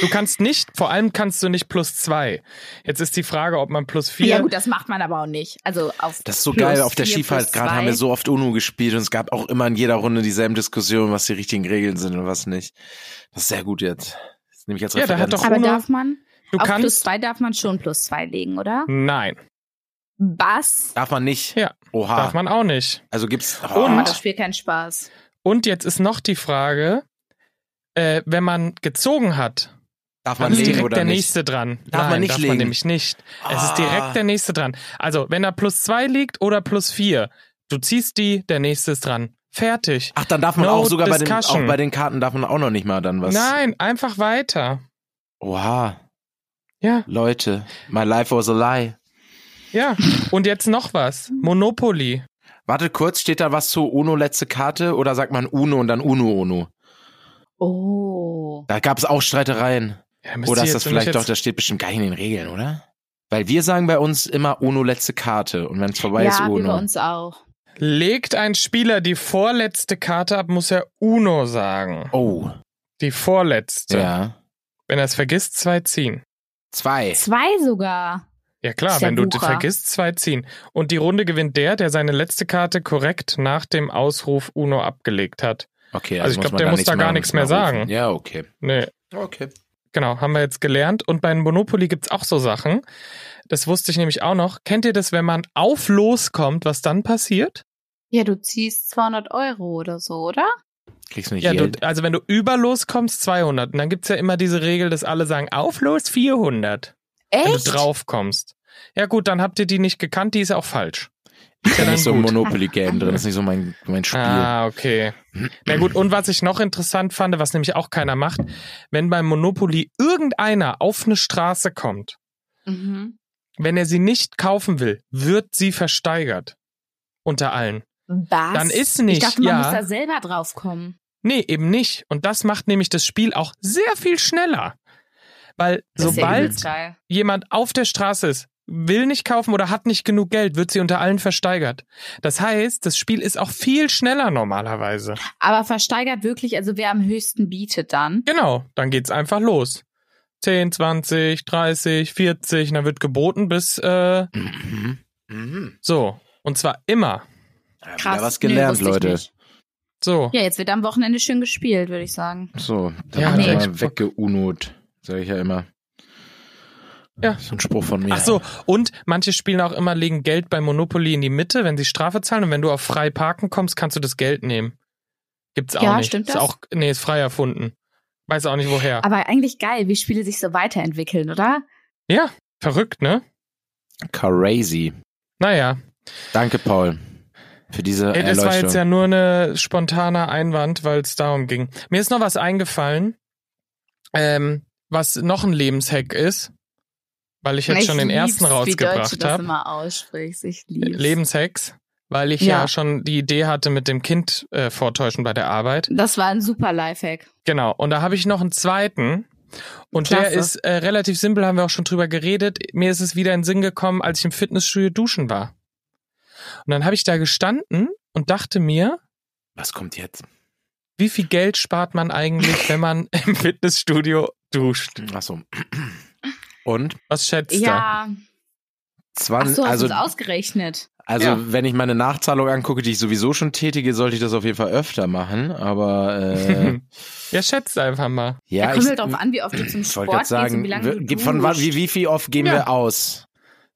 [SPEAKER 3] du kannst nicht, vor allem kannst du nicht plus zwei. Jetzt ist die Frage, ob man plus vier,
[SPEAKER 1] Ja gut, das macht man aber auch nicht. Also auf
[SPEAKER 2] Das ist so
[SPEAKER 1] plus
[SPEAKER 2] geil. Auf der
[SPEAKER 1] vier,
[SPEAKER 2] Skifahrt
[SPEAKER 1] plus
[SPEAKER 2] gerade
[SPEAKER 1] zwei.
[SPEAKER 2] haben wir so oft UNO gespielt und es gab auch immer in jeder Runde dieselben Diskussionen, was die richtigen Regeln sind und was nicht. Das ist sehr gut jetzt. Das nehme ich als
[SPEAKER 3] Ja, da hat
[SPEAKER 2] Referenz.
[SPEAKER 3] doch-
[SPEAKER 1] Aber
[SPEAKER 3] Bruno,
[SPEAKER 1] darf man?
[SPEAKER 3] du
[SPEAKER 1] auf plus
[SPEAKER 3] kannst,
[SPEAKER 1] zwei darf man schon plus zwei legen, oder?
[SPEAKER 3] nein,
[SPEAKER 2] Hm.
[SPEAKER 1] Was?
[SPEAKER 2] Darf man nicht?
[SPEAKER 3] Ja.
[SPEAKER 2] Oha.
[SPEAKER 3] darf man auch nicht.
[SPEAKER 2] Also gibt's.
[SPEAKER 1] Oh,
[SPEAKER 2] Oh.
[SPEAKER 1] macht das Spiel keinen Spaß.
[SPEAKER 3] Und jetzt ist noch die Frage, äh, wenn man gezogen hat,
[SPEAKER 2] Darf
[SPEAKER 3] dann
[SPEAKER 2] man
[SPEAKER 3] ist
[SPEAKER 2] legen
[SPEAKER 3] direkt
[SPEAKER 2] oder
[SPEAKER 3] der
[SPEAKER 2] nicht?
[SPEAKER 3] nächste dran.
[SPEAKER 2] Darf
[SPEAKER 3] Nein,
[SPEAKER 2] man nicht
[SPEAKER 3] darf
[SPEAKER 2] legen?
[SPEAKER 3] man nämlich nicht. Es ist
[SPEAKER 2] Ah.
[SPEAKER 3] direkt der nächste dran. Also, wenn da plus zwei liegt oder plus vier, du ziehst die, der nächste ist dran. Fertig.
[SPEAKER 2] Ach, dann darf man
[SPEAKER 3] No
[SPEAKER 2] auch sogar bei den,
[SPEAKER 3] discussion.
[SPEAKER 2] auch bei den Karten darf man auch noch nicht mal dann was.
[SPEAKER 3] Nein, einfach weiter.
[SPEAKER 2] Oha,
[SPEAKER 3] Ja,
[SPEAKER 2] Leute, my life was a lie.
[SPEAKER 3] ja. Und jetzt noch was. Monopoly.
[SPEAKER 2] Warte kurz, steht da was zu Uno letzte Karte oder sagt man Uno und dann Uno Uno?
[SPEAKER 1] Oh.
[SPEAKER 2] Da gab es auch Streitereien.
[SPEAKER 3] Ja, müsst
[SPEAKER 2] Oder
[SPEAKER 3] ihr
[SPEAKER 2] ist
[SPEAKER 3] jetzt
[SPEAKER 2] Oh, das
[SPEAKER 3] nicht
[SPEAKER 2] vielleicht
[SPEAKER 3] jetzt-
[SPEAKER 2] doch, das steht bestimmt gar nicht in den Regeln, oder? Weil wir sagen bei uns immer Uno letzte Karte und wenn es vorbei ist
[SPEAKER 1] Ja, wie bei
[SPEAKER 2] Uno.
[SPEAKER 1] uns auch.
[SPEAKER 3] Legt ein Spieler die vorletzte Karte ab, muss er Uno sagen.
[SPEAKER 2] Oh,
[SPEAKER 3] Die vorletzte.
[SPEAKER 2] ja.
[SPEAKER 3] Wenn er es vergisst, zwei ziehen.
[SPEAKER 2] Zwei.
[SPEAKER 1] Zwei sogar.
[SPEAKER 3] Ja klar,
[SPEAKER 1] Ist der
[SPEAKER 3] wenn du d-
[SPEAKER 1] Wucher.
[SPEAKER 3] vergisst, zwei ziehen. Und die Runde gewinnt der, der seine letzte Karte korrekt nach dem Ausruf Uno abgelegt hat.
[SPEAKER 2] Okay,
[SPEAKER 3] Also ich
[SPEAKER 2] muss
[SPEAKER 3] glaub,
[SPEAKER 2] man
[SPEAKER 3] der muss da gar nichts mehr
[SPEAKER 2] rufen.
[SPEAKER 3] sagen.
[SPEAKER 2] Ja, okay.
[SPEAKER 3] Nee,
[SPEAKER 2] Okay.
[SPEAKER 3] Ne, genau, haben wir jetzt gelernt. Und bei Monopoly gibt's auch so Sachen. Das wusste ich nämlich auch noch. Kennt ihr das, wenn man auf Los kommt, was dann passiert?
[SPEAKER 1] Ja, du ziehst 200 Euro oder so, oder?
[SPEAKER 2] Kriegst nicht
[SPEAKER 3] Ja, du,
[SPEAKER 2] Geld?
[SPEAKER 3] also wenn du über Los kommst, 200. Und dann gibt's ja immer diese Regel, dass alle sagen, auf Los 400. wenn du
[SPEAKER 1] Echt?
[SPEAKER 3] drauf kommst. Ja gut, dann habt ihr die nicht gekannt, die ist ja auch falsch.
[SPEAKER 2] Ich bin
[SPEAKER 3] dann
[SPEAKER 2] nicht so im
[SPEAKER 3] gut.
[SPEAKER 2] Monopoly-Game drin, das ist nicht so mein, mein Spiel.
[SPEAKER 3] Ah, okay. Na gut, und was ich noch interessant fand, was nämlich auch keiner macht, wenn beim Monopoly irgendeiner auf eine Straße kommt,
[SPEAKER 1] Mhm.
[SPEAKER 3] wenn er sie nicht kaufen will, wird sie versteigert. Unter allen.
[SPEAKER 1] Was?
[SPEAKER 3] Dann ist nicht,
[SPEAKER 1] Ich dachte, man
[SPEAKER 3] ja.
[SPEAKER 1] muss da selber drauf kommen.
[SPEAKER 3] Nee, eben nicht. Und das macht nämlich das Spiel auch sehr viel schneller. Weil
[SPEAKER 1] Das ist ja
[SPEAKER 3] sobald
[SPEAKER 1] übelst geil.
[SPEAKER 3] jemand auf der Straße ist, will nicht kaufen oder hat nicht genug Geld, wird sie unter allen versteigert. Das heißt, das Spiel ist auch viel schneller normalerweise.
[SPEAKER 1] Aber versteigert wirklich, also wer am höchsten bietet dann.
[SPEAKER 3] Genau, dann geht's einfach los. 10, 20, 30, 40, und dann wird geboten bis äh,
[SPEAKER 2] Mhm. Mhm.
[SPEAKER 3] so. Und zwar immer.
[SPEAKER 2] Ja,
[SPEAKER 1] Krass.
[SPEAKER 2] Wieder was
[SPEAKER 1] Nee,
[SPEAKER 2] gelernt,
[SPEAKER 1] wusste ich
[SPEAKER 2] Leute.
[SPEAKER 1] nicht.
[SPEAKER 3] So.
[SPEAKER 1] Ja, jetzt wird am Wochenende schön gespielt, würde ich sagen.
[SPEAKER 2] So, dann
[SPEAKER 3] Ja,
[SPEAKER 2] ja,
[SPEAKER 1] nee.
[SPEAKER 2] mal weggeunot, sage ich ja immer.
[SPEAKER 3] Ja.
[SPEAKER 2] So ein Spruch von mir.
[SPEAKER 3] Ach so, und manche spielen auch immer, legen Geld bei Monopoly in die Mitte, wenn sie Strafe zahlen und wenn du auf frei parken kommst, kannst du das Geld nehmen. Gibt's auch
[SPEAKER 1] Ja,
[SPEAKER 3] nicht.
[SPEAKER 1] stimmt
[SPEAKER 3] ist
[SPEAKER 1] das?
[SPEAKER 3] auch nee, ist frei erfunden. Weiß auch nicht woher.
[SPEAKER 1] Aber eigentlich geil, wie Spiele sich so weiterentwickeln, oder?
[SPEAKER 3] ja, verrückt, ne?
[SPEAKER 2] Crazy.
[SPEAKER 3] Naja,
[SPEAKER 2] Danke, Paul, für diese
[SPEAKER 3] Ey, das
[SPEAKER 2] Äh, Erleuchtung.
[SPEAKER 3] war jetzt ja nur eine spontane Einwand, weil es darum ging. Mir ist noch was eingefallen, ähm, was noch ein Lebenshack ist, weil ich jetzt schon den
[SPEAKER 1] lieb's,
[SPEAKER 3] ersten
[SPEAKER 1] Wie Deutsche
[SPEAKER 3] rausgebracht Äh,
[SPEAKER 1] das
[SPEAKER 3] habe.
[SPEAKER 1] immer aussprichst. Ich lieb's.
[SPEAKER 3] Lebenshacks, weil ich ja.
[SPEAKER 1] Ja.
[SPEAKER 3] schon die Idee hatte mit dem Kind äh, vortäuschen bei der Arbeit.
[SPEAKER 1] Das war ein super Lifehack.
[SPEAKER 3] Genau. Und da habe ich noch einen zweiten. Und der
[SPEAKER 1] Klasse.
[SPEAKER 3] ist äh, relativ simpel, haben wir auch schon drüber geredet. Mir ist es wieder in den Sinn gekommen, als ich im Fitnessstudio duschen war. Und dann habe ich da gestanden und dachte mir,
[SPEAKER 2] Was kommt jetzt?
[SPEAKER 3] Wie viel Geld spart man eigentlich, wenn man im Fitnessstudio duscht?
[SPEAKER 2] Ach so. Und
[SPEAKER 3] Was schätzt da?
[SPEAKER 1] Ja. Ach
[SPEAKER 2] 20,
[SPEAKER 1] so, hast
[SPEAKER 2] also,
[SPEAKER 1] du's ausgerechnet.
[SPEAKER 2] also
[SPEAKER 3] Ja.
[SPEAKER 2] wenn ich meine Nachzahlung angucke, die ich sowieso schon tätige, sollte ich das auf jeden Fall öfter machen. Aber äh,
[SPEAKER 3] Ja, schätzt einfach mal.
[SPEAKER 1] Ja,
[SPEAKER 2] ja,
[SPEAKER 1] kommt
[SPEAKER 2] ich,
[SPEAKER 1] halt drauf an, wie oft du zum
[SPEAKER 2] ich wollte
[SPEAKER 1] Sport
[SPEAKER 2] gerade
[SPEAKER 1] gehst und
[SPEAKER 2] sagen,
[SPEAKER 1] wie lange
[SPEAKER 2] wir-
[SPEAKER 1] du
[SPEAKER 2] von wa-
[SPEAKER 1] duschst.
[SPEAKER 2] wie, wie viel oft gehen
[SPEAKER 3] Ja.
[SPEAKER 2] wir aus?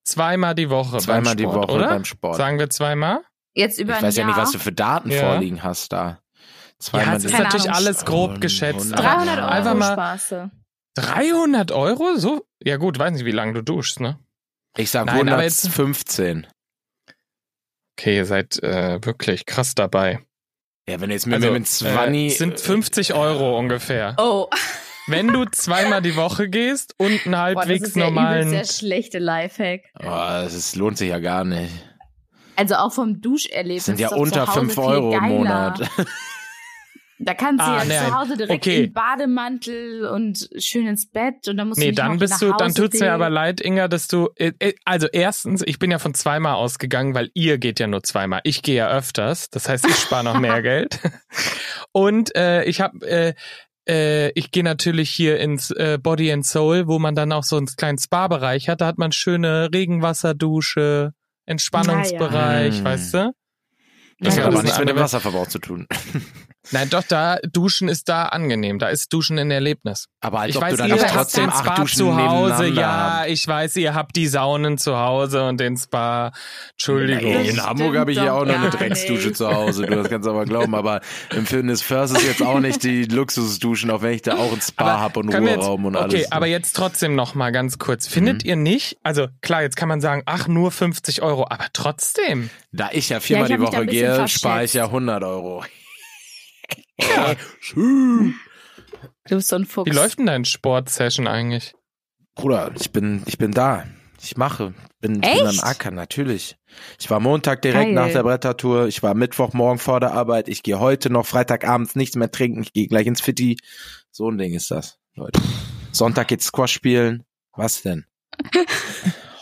[SPEAKER 3] Zweimal die Woche.
[SPEAKER 2] Zweimal
[SPEAKER 3] beim
[SPEAKER 2] die
[SPEAKER 3] Sport,
[SPEAKER 2] Woche
[SPEAKER 3] oder?
[SPEAKER 2] beim Sport.
[SPEAKER 3] Sagen wir zweimal?
[SPEAKER 1] Jetzt über
[SPEAKER 2] ich
[SPEAKER 1] ein
[SPEAKER 2] weiß ja
[SPEAKER 1] Jahr.
[SPEAKER 2] nicht, was du für Daten
[SPEAKER 3] Ja.
[SPEAKER 2] vorliegen hast da.
[SPEAKER 3] ja,
[SPEAKER 2] Zweimal
[SPEAKER 3] es
[SPEAKER 2] die-
[SPEAKER 3] ist
[SPEAKER 1] Keine
[SPEAKER 3] natürlich
[SPEAKER 1] Ahnung.
[SPEAKER 3] alles grob geschätzt. aber
[SPEAKER 1] 300 Euro
[SPEAKER 3] Einfach mal
[SPEAKER 1] Spaße.
[SPEAKER 3] 300 Euro? So? Ja gut, weiß nicht, wie lange du duschst, ne?
[SPEAKER 2] Ich sag
[SPEAKER 3] Nein, aber jetzt-
[SPEAKER 2] 115.
[SPEAKER 3] Okay, ihr seid äh, wirklich krass dabei.
[SPEAKER 2] Ja, wenn du jetzt mit, mit, mit
[SPEAKER 3] äh,
[SPEAKER 2] 20
[SPEAKER 3] es sind 50 Euro ungefähr.
[SPEAKER 1] Oh,
[SPEAKER 3] Wenn du zweimal die Woche gehst und einen
[SPEAKER 1] Boah, das
[SPEAKER 3] halbwegs
[SPEAKER 1] ist ja übelst
[SPEAKER 3] normalen...
[SPEAKER 1] der schlechte Lifehack.
[SPEAKER 2] Oh, das ist, lohnt sich ja gar nicht.
[SPEAKER 1] Also auch vom Duscherlebnis.
[SPEAKER 2] Das sind ja
[SPEAKER 1] ist doch zu
[SPEAKER 2] unter
[SPEAKER 1] Hause
[SPEAKER 2] 5
[SPEAKER 1] viel
[SPEAKER 2] Euro im
[SPEAKER 1] geiler.
[SPEAKER 2] Monat.
[SPEAKER 1] Da kannst du ja
[SPEAKER 3] Ah, nein.
[SPEAKER 1] zu Hause direkt
[SPEAKER 3] Okay.
[SPEAKER 1] im Bademantel und schön ins Bett und dann musst du
[SPEAKER 3] Nee,
[SPEAKER 1] nicht
[SPEAKER 3] dann
[SPEAKER 1] noch
[SPEAKER 3] bist
[SPEAKER 1] nach
[SPEAKER 3] du, dann
[SPEAKER 1] Hause
[SPEAKER 3] tut's mir
[SPEAKER 1] wählen.
[SPEAKER 3] aber leid, Inga, dass du. äh, äh, Also erstens, ich bin ja von zweimal ausgegangen, weil ihr geht ja nur zweimal. Ich gehe ja öfters. Das heißt, ich spare noch mehr Geld. Und äh, ich habe, äh, äh, ich gehe natürlich hier ins äh, Body and Soul, wo man dann auch so einen kleinen Spa-Bereich hat. Da hat man schöne Regenwasserdusche, Entspannungsbereich,
[SPEAKER 2] Hm.
[SPEAKER 3] weißt du?
[SPEAKER 2] Das
[SPEAKER 1] Ja,
[SPEAKER 2] hat
[SPEAKER 1] gut.
[SPEAKER 2] aber nichts mit dem
[SPEAKER 3] aber-
[SPEAKER 2] Wasserverbrauch zu tun.
[SPEAKER 3] Nein, doch, da duschen ist da angenehm. Da ist Duschen ein Erlebnis.
[SPEAKER 2] Aber als
[SPEAKER 3] ich
[SPEAKER 2] ob
[SPEAKER 3] weiß,
[SPEAKER 2] du dann
[SPEAKER 3] ihr
[SPEAKER 2] nicht
[SPEAKER 1] habt
[SPEAKER 2] trotzdem
[SPEAKER 3] das
[SPEAKER 2] acht
[SPEAKER 3] Spa
[SPEAKER 2] Duschen
[SPEAKER 3] zu Hause.
[SPEAKER 2] nebeneinander
[SPEAKER 3] Ja,
[SPEAKER 2] habt.
[SPEAKER 3] ich weiß, ihr habt die Saunen zu Hause und den Spa. Entschuldigung.
[SPEAKER 2] Ey, in
[SPEAKER 1] Das
[SPEAKER 2] Hamburg habe ich
[SPEAKER 1] stimmt
[SPEAKER 2] ja auch
[SPEAKER 1] doch
[SPEAKER 2] noch eine
[SPEAKER 1] gar
[SPEAKER 2] Drecksdusche
[SPEAKER 1] nicht.
[SPEAKER 2] zu Hause. Du das kannst aber glauben, aber im Fitness First ist jetzt auch nicht die Luxusduschen, auch wenn ich da auch ein Spa
[SPEAKER 3] Aber
[SPEAKER 2] habe und
[SPEAKER 3] können wir
[SPEAKER 2] Ruheraum
[SPEAKER 3] jetzt,
[SPEAKER 2] und
[SPEAKER 3] okay,
[SPEAKER 2] alles. Mhm.
[SPEAKER 3] aber jetzt trotzdem noch mal ganz kurz. Findet ihr nicht, also klar, jetzt kann man sagen, ach, nur 50 Euro, aber trotzdem.
[SPEAKER 2] da ich ja viermal
[SPEAKER 1] Ja, ich
[SPEAKER 2] die
[SPEAKER 1] hab mich da
[SPEAKER 2] Woche
[SPEAKER 1] ein bisschen
[SPEAKER 2] gehe,
[SPEAKER 1] verschätzt.
[SPEAKER 2] spare ich ja 100 Euro.
[SPEAKER 1] Du bist so ein Fuchs.
[SPEAKER 3] Wie läuft denn dein Sportsession eigentlich?
[SPEAKER 2] Bruder, ich bin, ich bin da. Ich mache. Bin, ich bin am
[SPEAKER 1] Echt?
[SPEAKER 2] Acker, natürlich. Ich war Montag direkt
[SPEAKER 1] Geil.
[SPEAKER 2] nach der Brettertour. Ich war Mittwochmorgen vor der Arbeit. Ich gehe heute noch Freitagabends nichts mehr trinken. Ich gehe gleich ins Fitti. So ein Ding ist das, Leute. Sonntag geht's Squash spielen. Was denn?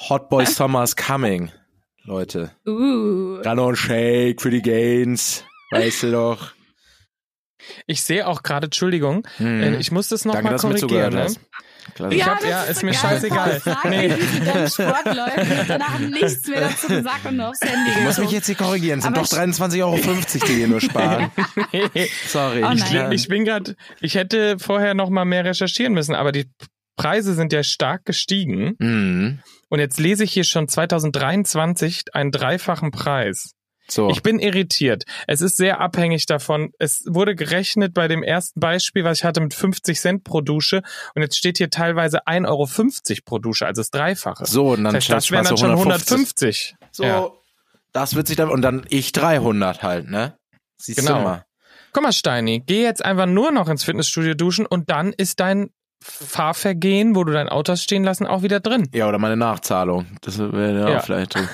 [SPEAKER 2] Hot Boy Summer is coming, Leute.
[SPEAKER 1] Uh.
[SPEAKER 2] Dann noch ein Shake für die Gains. Weißt du doch.
[SPEAKER 3] Ich sehe auch gerade, Entschuldigung,
[SPEAKER 2] Hm.
[SPEAKER 3] äh, ich muss das noch
[SPEAKER 2] Danke,
[SPEAKER 3] mal
[SPEAKER 2] dass du mir
[SPEAKER 3] korrigieren.
[SPEAKER 2] zugehört
[SPEAKER 3] Ne?
[SPEAKER 2] hast. Klasse.
[SPEAKER 3] Ich
[SPEAKER 1] ja,
[SPEAKER 3] hab-
[SPEAKER 1] das
[SPEAKER 3] ja, ist mir
[SPEAKER 1] eine
[SPEAKER 3] scheißegal.
[SPEAKER 1] Aussage,
[SPEAKER 3] Nee.
[SPEAKER 1] wie dein Sport läuft. Ich hab danach nichts mehr dazu gesagt und nur aufs Handy
[SPEAKER 2] Ich muss mich
[SPEAKER 1] geguckt.
[SPEAKER 2] jetzt hier korrigieren. Es sind
[SPEAKER 1] Aber
[SPEAKER 2] doch
[SPEAKER 1] ich-
[SPEAKER 2] 23,50 Euro, die hier nur sparen. Sorry.
[SPEAKER 1] Oh
[SPEAKER 3] ne? Ich,
[SPEAKER 1] nein.
[SPEAKER 3] li- ich bin grad, ich hätte vorher noch mal mehr recherchieren müssen, aber die Preise sind ja stark gestiegen.
[SPEAKER 2] Mhm.
[SPEAKER 3] Und jetzt lese ich hier schon 2023 einen dreifachen Preis.
[SPEAKER 2] So.
[SPEAKER 3] Ich bin irritiert. Es ist sehr abhängig davon. Es wurde gerechnet bei dem ersten Beispiel, was ich hatte, mit 50 Cent pro Dusche. Und jetzt steht hier teilweise 1,50 Euro pro Dusche, also das Dreifache.
[SPEAKER 2] so, und dann
[SPEAKER 3] das heißt, das wären dann
[SPEAKER 2] sparst du
[SPEAKER 3] schon 150.
[SPEAKER 2] So,
[SPEAKER 3] Ja.
[SPEAKER 2] das wird sich dann, und dann ich 300 halt, ne? Siehst
[SPEAKER 3] Genau.
[SPEAKER 2] du mal.
[SPEAKER 3] Guck mal, Steini, geh jetzt einfach nur noch ins Fitnessstudio duschen und dann ist dein Fahrvergehen, wo du dein Auto hast stehen lassen, auch wieder drin.
[SPEAKER 2] Ja, oder meine Nachzahlung. Das wäre ja,
[SPEAKER 3] Ja.
[SPEAKER 2] auch vielleicht drin.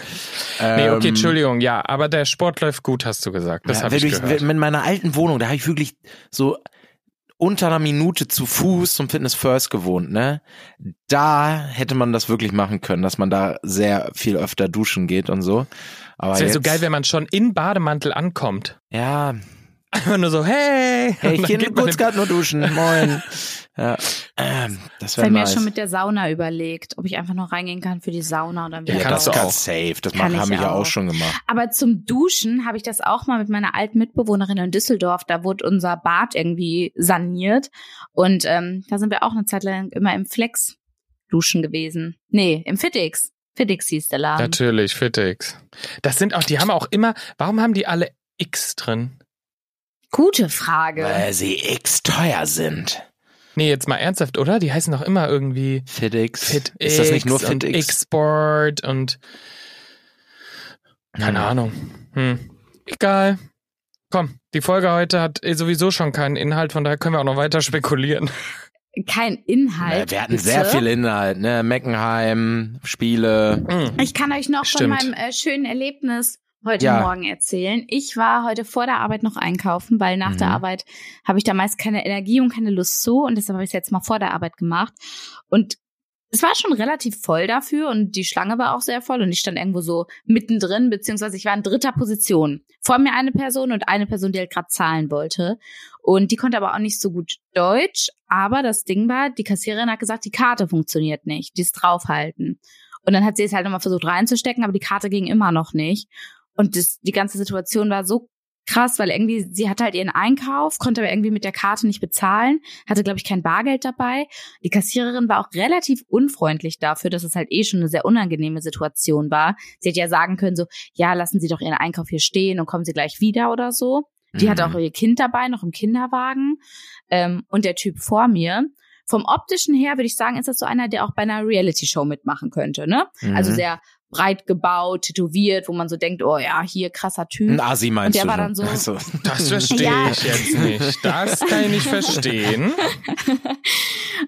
[SPEAKER 3] Nee,
[SPEAKER 2] Ähm,
[SPEAKER 3] okay, Entschuldigung, ja, aber der Sport läuft gut, hast du gesagt. Das
[SPEAKER 2] ja,
[SPEAKER 3] habe ich
[SPEAKER 2] wenn
[SPEAKER 3] gehört.
[SPEAKER 2] wenn- In meiner alten Wohnung, da habe ich wirklich so unter einer Minute zu Fuß zum Fitness First gewohnt, ne? Da hätte man das wirklich machen können, dass man da sehr viel öfter duschen geht und so. Aber
[SPEAKER 3] Es wäre
[SPEAKER 2] jetzt,
[SPEAKER 3] so geil, wenn man schon in Bademantel ankommt.
[SPEAKER 2] ja,
[SPEAKER 3] Einfach nur so, hey!
[SPEAKER 2] hey,
[SPEAKER 3] Und
[SPEAKER 2] ich
[SPEAKER 3] dann
[SPEAKER 2] gehe
[SPEAKER 3] geht man
[SPEAKER 2] kurz gerade nur duschen, moin. Ja, ähm, das
[SPEAKER 1] Ich habe
[SPEAKER 2] wäre
[SPEAKER 1] mir
[SPEAKER 2] nice.
[SPEAKER 1] schon mit der Sauna überlegt, ob ich einfach noch reingehen kann für die Sauna und dann
[SPEAKER 3] Ja,
[SPEAKER 1] wieder
[SPEAKER 3] kannst du
[SPEAKER 1] raus.
[SPEAKER 3] auch.
[SPEAKER 2] safe. Das
[SPEAKER 1] Kann
[SPEAKER 2] mach-
[SPEAKER 1] ich
[SPEAKER 2] haben wir ja auch
[SPEAKER 1] auch.
[SPEAKER 2] schon gemacht.
[SPEAKER 1] Aber zum Duschen habe ich das auch mal mit meiner alten Mitbewohnerin in Düsseldorf. Da wurde unser Bad irgendwie saniert. Und ähm, da sind wir auch eine Zeit lang immer im Flex duschen gewesen. Nee, im Fittix. Fittix hieß der Laden.
[SPEAKER 3] Natürlich, Fitix. Das sind auch, die haben auch immer, warum haben die alle X drin?
[SPEAKER 1] Gute Frage.
[SPEAKER 2] sie x teuer sind.
[SPEAKER 3] Nee, jetzt mal ernsthaft, oder? Die heißen doch immer irgendwie
[SPEAKER 2] FedEx.
[SPEAKER 3] FitX.
[SPEAKER 2] ist das nicht nur
[SPEAKER 3] und
[SPEAKER 2] FedEx?
[SPEAKER 3] Export und keine
[SPEAKER 2] Hm.
[SPEAKER 3] Ahnung. Hm. Egal. Komm, die Folge heute hat eh sowieso schon keinen Inhalt, von daher können wir auch noch weiter spekulieren.
[SPEAKER 1] Kein Inhalt.
[SPEAKER 2] wir hatten
[SPEAKER 1] bitte.
[SPEAKER 2] sehr viel Inhalt, ne? Meckenheim, Spiele.
[SPEAKER 3] Hm.
[SPEAKER 1] Ich kann euch noch
[SPEAKER 3] Stimmt.
[SPEAKER 1] von meinem äh, schönen Erlebnis heute
[SPEAKER 2] Ja.
[SPEAKER 1] Morgen erzählen. Ich war heute vor der Arbeit noch einkaufen, weil nach
[SPEAKER 2] Mhm.
[SPEAKER 1] der Arbeit habe ich da meist keine Energie und keine Lust zu und deshalb habe ich es jetzt mal vor der Arbeit gemacht. Und es war schon relativ voll dafür und die Schlange war auch sehr voll und ich stand irgendwo so mittendrin, beziehungsweise ich war in dritter Position. Vor mir eine Person und eine Person, die halt gerade zahlen wollte. Und die konnte aber auch nicht so gut Deutsch. Aber das Ding war, die Kassiererin hat gesagt, die Karte funktioniert nicht. Die ist draufhalten. Und dann hat sie es halt nochmal versucht reinzustecken, aber die Karte ging immer noch nicht. Und das, die ganze Situation war so krass, weil irgendwie, sie hatte halt ihren Einkauf, konnte aber irgendwie mit der Karte nicht bezahlen, hatte, glaube ich, kein Bargeld dabei. Die Kassiererin war auch relativ unfreundlich dafür, dass es halt eh schon eine sehr unangenehme Situation war. Sie hätte ja sagen können, so, ja, lassen Sie doch Ihren Einkauf hier stehen und kommen Sie gleich wieder oder so. Die
[SPEAKER 2] Mhm.
[SPEAKER 1] hat auch ihr Kind dabei, noch im Kinderwagen. Ähm, und der Typ vor mir. Vom optischen her würde ich sagen, ist das so einer, der auch bei einer Reality-Show mitmachen könnte, ne?
[SPEAKER 2] Mhm.
[SPEAKER 1] Also sehr breit gebaut, tätowiert, wo man so denkt, oh ja, hier krasser
[SPEAKER 2] Ein
[SPEAKER 1] Typ.
[SPEAKER 2] Asi meinst
[SPEAKER 1] Und der
[SPEAKER 2] du?
[SPEAKER 1] war
[SPEAKER 2] schon.
[SPEAKER 1] dann so-
[SPEAKER 2] Also,
[SPEAKER 3] Das verstehe
[SPEAKER 1] Ja.
[SPEAKER 3] ich jetzt nicht. Das kann ich nicht verstehen.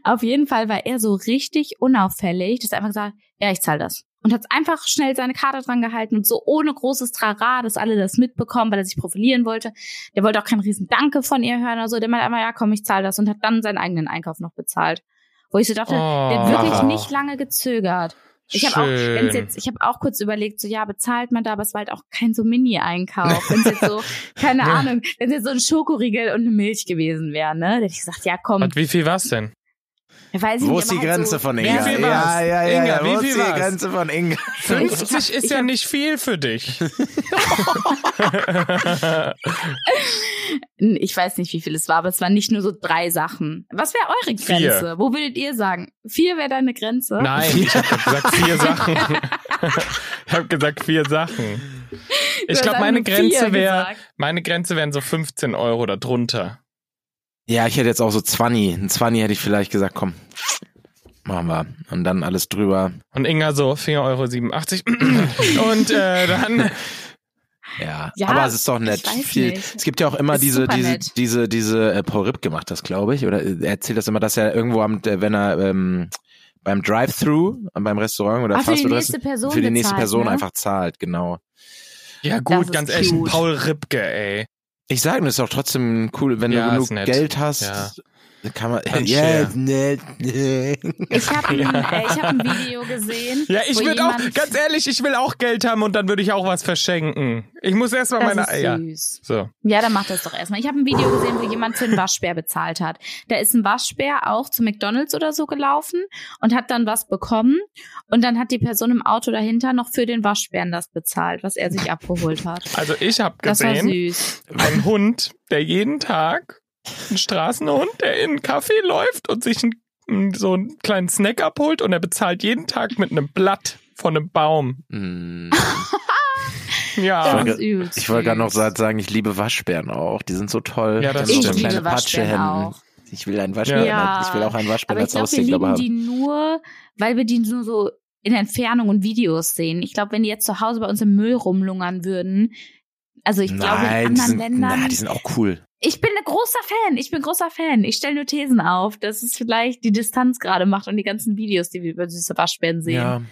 [SPEAKER 1] Auf jeden Fall war er so richtig unauffällig, dass er einfach gesagt, hat, ja, ich zahle das. Und hat einfach schnell seine Karte dran gehalten und so ohne großes Trara, dass alle das mitbekommen, weil er sich profilieren wollte. Der wollte auch kein riesen Danke von ihr hören oder so. Der meinte einfach, ja komm, ich zahle das und hat dann seinen eigenen Einkauf noch bezahlt. Wo ich so dachte, Der hat wirklich
[SPEAKER 3] Oh.
[SPEAKER 1] nicht lange gezögert. Ich habe auch, wenn's
[SPEAKER 3] Schön.
[SPEAKER 1] jetzt, ich habe auch kurz überlegt, so ja, bezahlt man da, aber es war halt auch kein so Mini-Einkauf. Wenn es jetzt so, keine
[SPEAKER 3] Ja.
[SPEAKER 1] Ahnung, wenn es jetzt so ein Schokoriegel und eine Milch gewesen wäre, ne, dann hätte ich gesagt, ja komm,
[SPEAKER 3] Und wie viel war's denn?
[SPEAKER 1] ja, Weiß ich
[SPEAKER 2] Wo
[SPEAKER 1] nicht,
[SPEAKER 2] ist die
[SPEAKER 1] aber halt
[SPEAKER 2] Grenze
[SPEAKER 1] so,
[SPEAKER 2] von
[SPEAKER 3] Wie
[SPEAKER 2] Inga?
[SPEAKER 3] viel
[SPEAKER 2] ja,
[SPEAKER 3] war's?
[SPEAKER 2] ja, ja, ja.
[SPEAKER 3] Inga, wie
[SPEAKER 2] Wo
[SPEAKER 3] viel
[SPEAKER 2] ist die
[SPEAKER 3] war's?
[SPEAKER 2] Grenze von Inga?
[SPEAKER 3] 50 ist
[SPEAKER 1] Also, ich
[SPEAKER 3] ja
[SPEAKER 1] hab- Ne?
[SPEAKER 3] nicht viel für dich.
[SPEAKER 1] Ich weiß nicht, wie viel es war, aber es waren nicht nur so drei Sachen. Was wäre eure
[SPEAKER 3] Vier.
[SPEAKER 1] Grenze? Wo würdet ihr sagen? Vier wäre deine Grenze?
[SPEAKER 3] Nein, ich habe gesagt vier Sachen. ich habe gesagt vier Sachen.
[SPEAKER 1] Du
[SPEAKER 3] Ich
[SPEAKER 1] hast
[SPEAKER 3] glaube,
[SPEAKER 1] einfach
[SPEAKER 3] meine
[SPEAKER 1] nur
[SPEAKER 3] Grenze
[SPEAKER 1] vier
[SPEAKER 3] wäre,
[SPEAKER 1] gesagt.
[SPEAKER 3] meine Grenze wären so 15 Euro oder drunter.
[SPEAKER 2] Ja, ich hätte jetzt auch so 20. Ein 20 hätte ich vielleicht gesagt, komm, machen wir. Und dann alles drüber.
[SPEAKER 3] Und Inga so 4,87 Euro. Und äh, dann,
[SPEAKER 2] Ja.
[SPEAKER 1] Ja,
[SPEAKER 2] aber es ist doch nett.
[SPEAKER 1] ich weiß
[SPEAKER 2] Viel,
[SPEAKER 1] nicht.
[SPEAKER 2] Es gibt ja auch immer
[SPEAKER 1] Ist
[SPEAKER 2] diese,
[SPEAKER 1] super
[SPEAKER 2] diese,
[SPEAKER 1] nett.
[SPEAKER 2] diese, diese, äh, Paul Ripp gemacht das, glaube ich. Oder äh, er erzählt das immer, dass er irgendwo am, äh, wenn er ähm, beim Drive-Thru, äh, beim Restaurant oder
[SPEAKER 1] Ach, für die
[SPEAKER 2] Fastfood
[SPEAKER 1] nächste Person
[SPEAKER 2] für die nächste
[SPEAKER 1] bezahlt,
[SPEAKER 2] Person
[SPEAKER 1] ne?
[SPEAKER 2] einfach zahlt, genau.
[SPEAKER 3] ja
[SPEAKER 1] Das
[SPEAKER 3] gut,
[SPEAKER 1] ist
[SPEAKER 3] ganz ehrlich, ein
[SPEAKER 1] cute.
[SPEAKER 3] Paul Ripke, ey.
[SPEAKER 2] Ich sage mir, ist doch trotzdem cool, wenn
[SPEAKER 3] Ja,
[SPEAKER 2] du
[SPEAKER 3] ist
[SPEAKER 2] genug
[SPEAKER 3] nett.
[SPEAKER 2] Geld hast,
[SPEAKER 3] Ja.
[SPEAKER 2] kann man.
[SPEAKER 3] Kann
[SPEAKER 2] ja,
[SPEAKER 3] share.
[SPEAKER 2] ist nett.
[SPEAKER 1] Ich habe ein, äh, ich hab ein Video gesehen.
[SPEAKER 3] Ja, ich
[SPEAKER 1] wo
[SPEAKER 3] würde auch,
[SPEAKER 1] jemand-
[SPEAKER 3] ganz ehrlich, ich will auch Geld haben und dann würde ich auch was verschenken. Ich muss erstmal
[SPEAKER 1] Das
[SPEAKER 3] meine
[SPEAKER 1] ist
[SPEAKER 3] Eier.
[SPEAKER 1] süß.
[SPEAKER 3] So.
[SPEAKER 1] Ja, dann macht das doch erstmal. Ich habe ein Video gesehen, wo jemand für einen Waschbär bezahlt hat. Da ist ein Waschbär auch zu McDonalds oder so gelaufen und hat dann was bekommen. Und dann hat die Person im Auto dahinter noch für den Waschbären das bezahlt, was er sich abgeholt hat.
[SPEAKER 3] Also ich habe
[SPEAKER 1] Das war
[SPEAKER 3] gesehen,
[SPEAKER 1] süß.
[SPEAKER 3] ein Hund, der jeden Tag, ein Straßenhund, der in einen Kaffee läuft und sich einen, so einen kleinen Snack abholt und er bezahlt jeden Tag mit einem Blatt von einem Baum. Hm.
[SPEAKER 2] Mm.
[SPEAKER 3] Ja.
[SPEAKER 1] Das ist übelst
[SPEAKER 2] Ich wollte gerade noch
[SPEAKER 1] süß.
[SPEAKER 2] sagen, ich liebe Waschbären auch. Die sind so toll.
[SPEAKER 3] Ja, das
[SPEAKER 2] Die haben
[SPEAKER 1] Ich
[SPEAKER 2] so
[SPEAKER 3] stimmt.
[SPEAKER 1] liebe
[SPEAKER 2] kleine
[SPEAKER 1] Waschbären
[SPEAKER 2] Patschehänden.
[SPEAKER 1] auch.
[SPEAKER 2] Ich will einen Waschbär.
[SPEAKER 1] Ja.
[SPEAKER 2] Ich will auch einen Waschbär
[SPEAKER 1] Aber ich
[SPEAKER 2] als
[SPEAKER 1] glaube, wir
[SPEAKER 2] Haustier
[SPEAKER 1] lieben
[SPEAKER 2] haben.
[SPEAKER 1] die nur, weil wir die nur so in Entfernung und Videos sehen. Ich glaube, wenn die jetzt zu Hause bei uns im Müll rumlungern würden, also ich glaube, in
[SPEAKER 2] Nein, die
[SPEAKER 1] anderen
[SPEAKER 2] sind,
[SPEAKER 1] Ländern.
[SPEAKER 2] na, die sind auch cool.
[SPEAKER 1] Ich bin ein großer Fan. Ich bin großer Fan. Ich stelle nur Thesen auf, dass es vielleicht die Distanz gerade macht und die ganzen Videos, die wir über süße Waschbären sehen.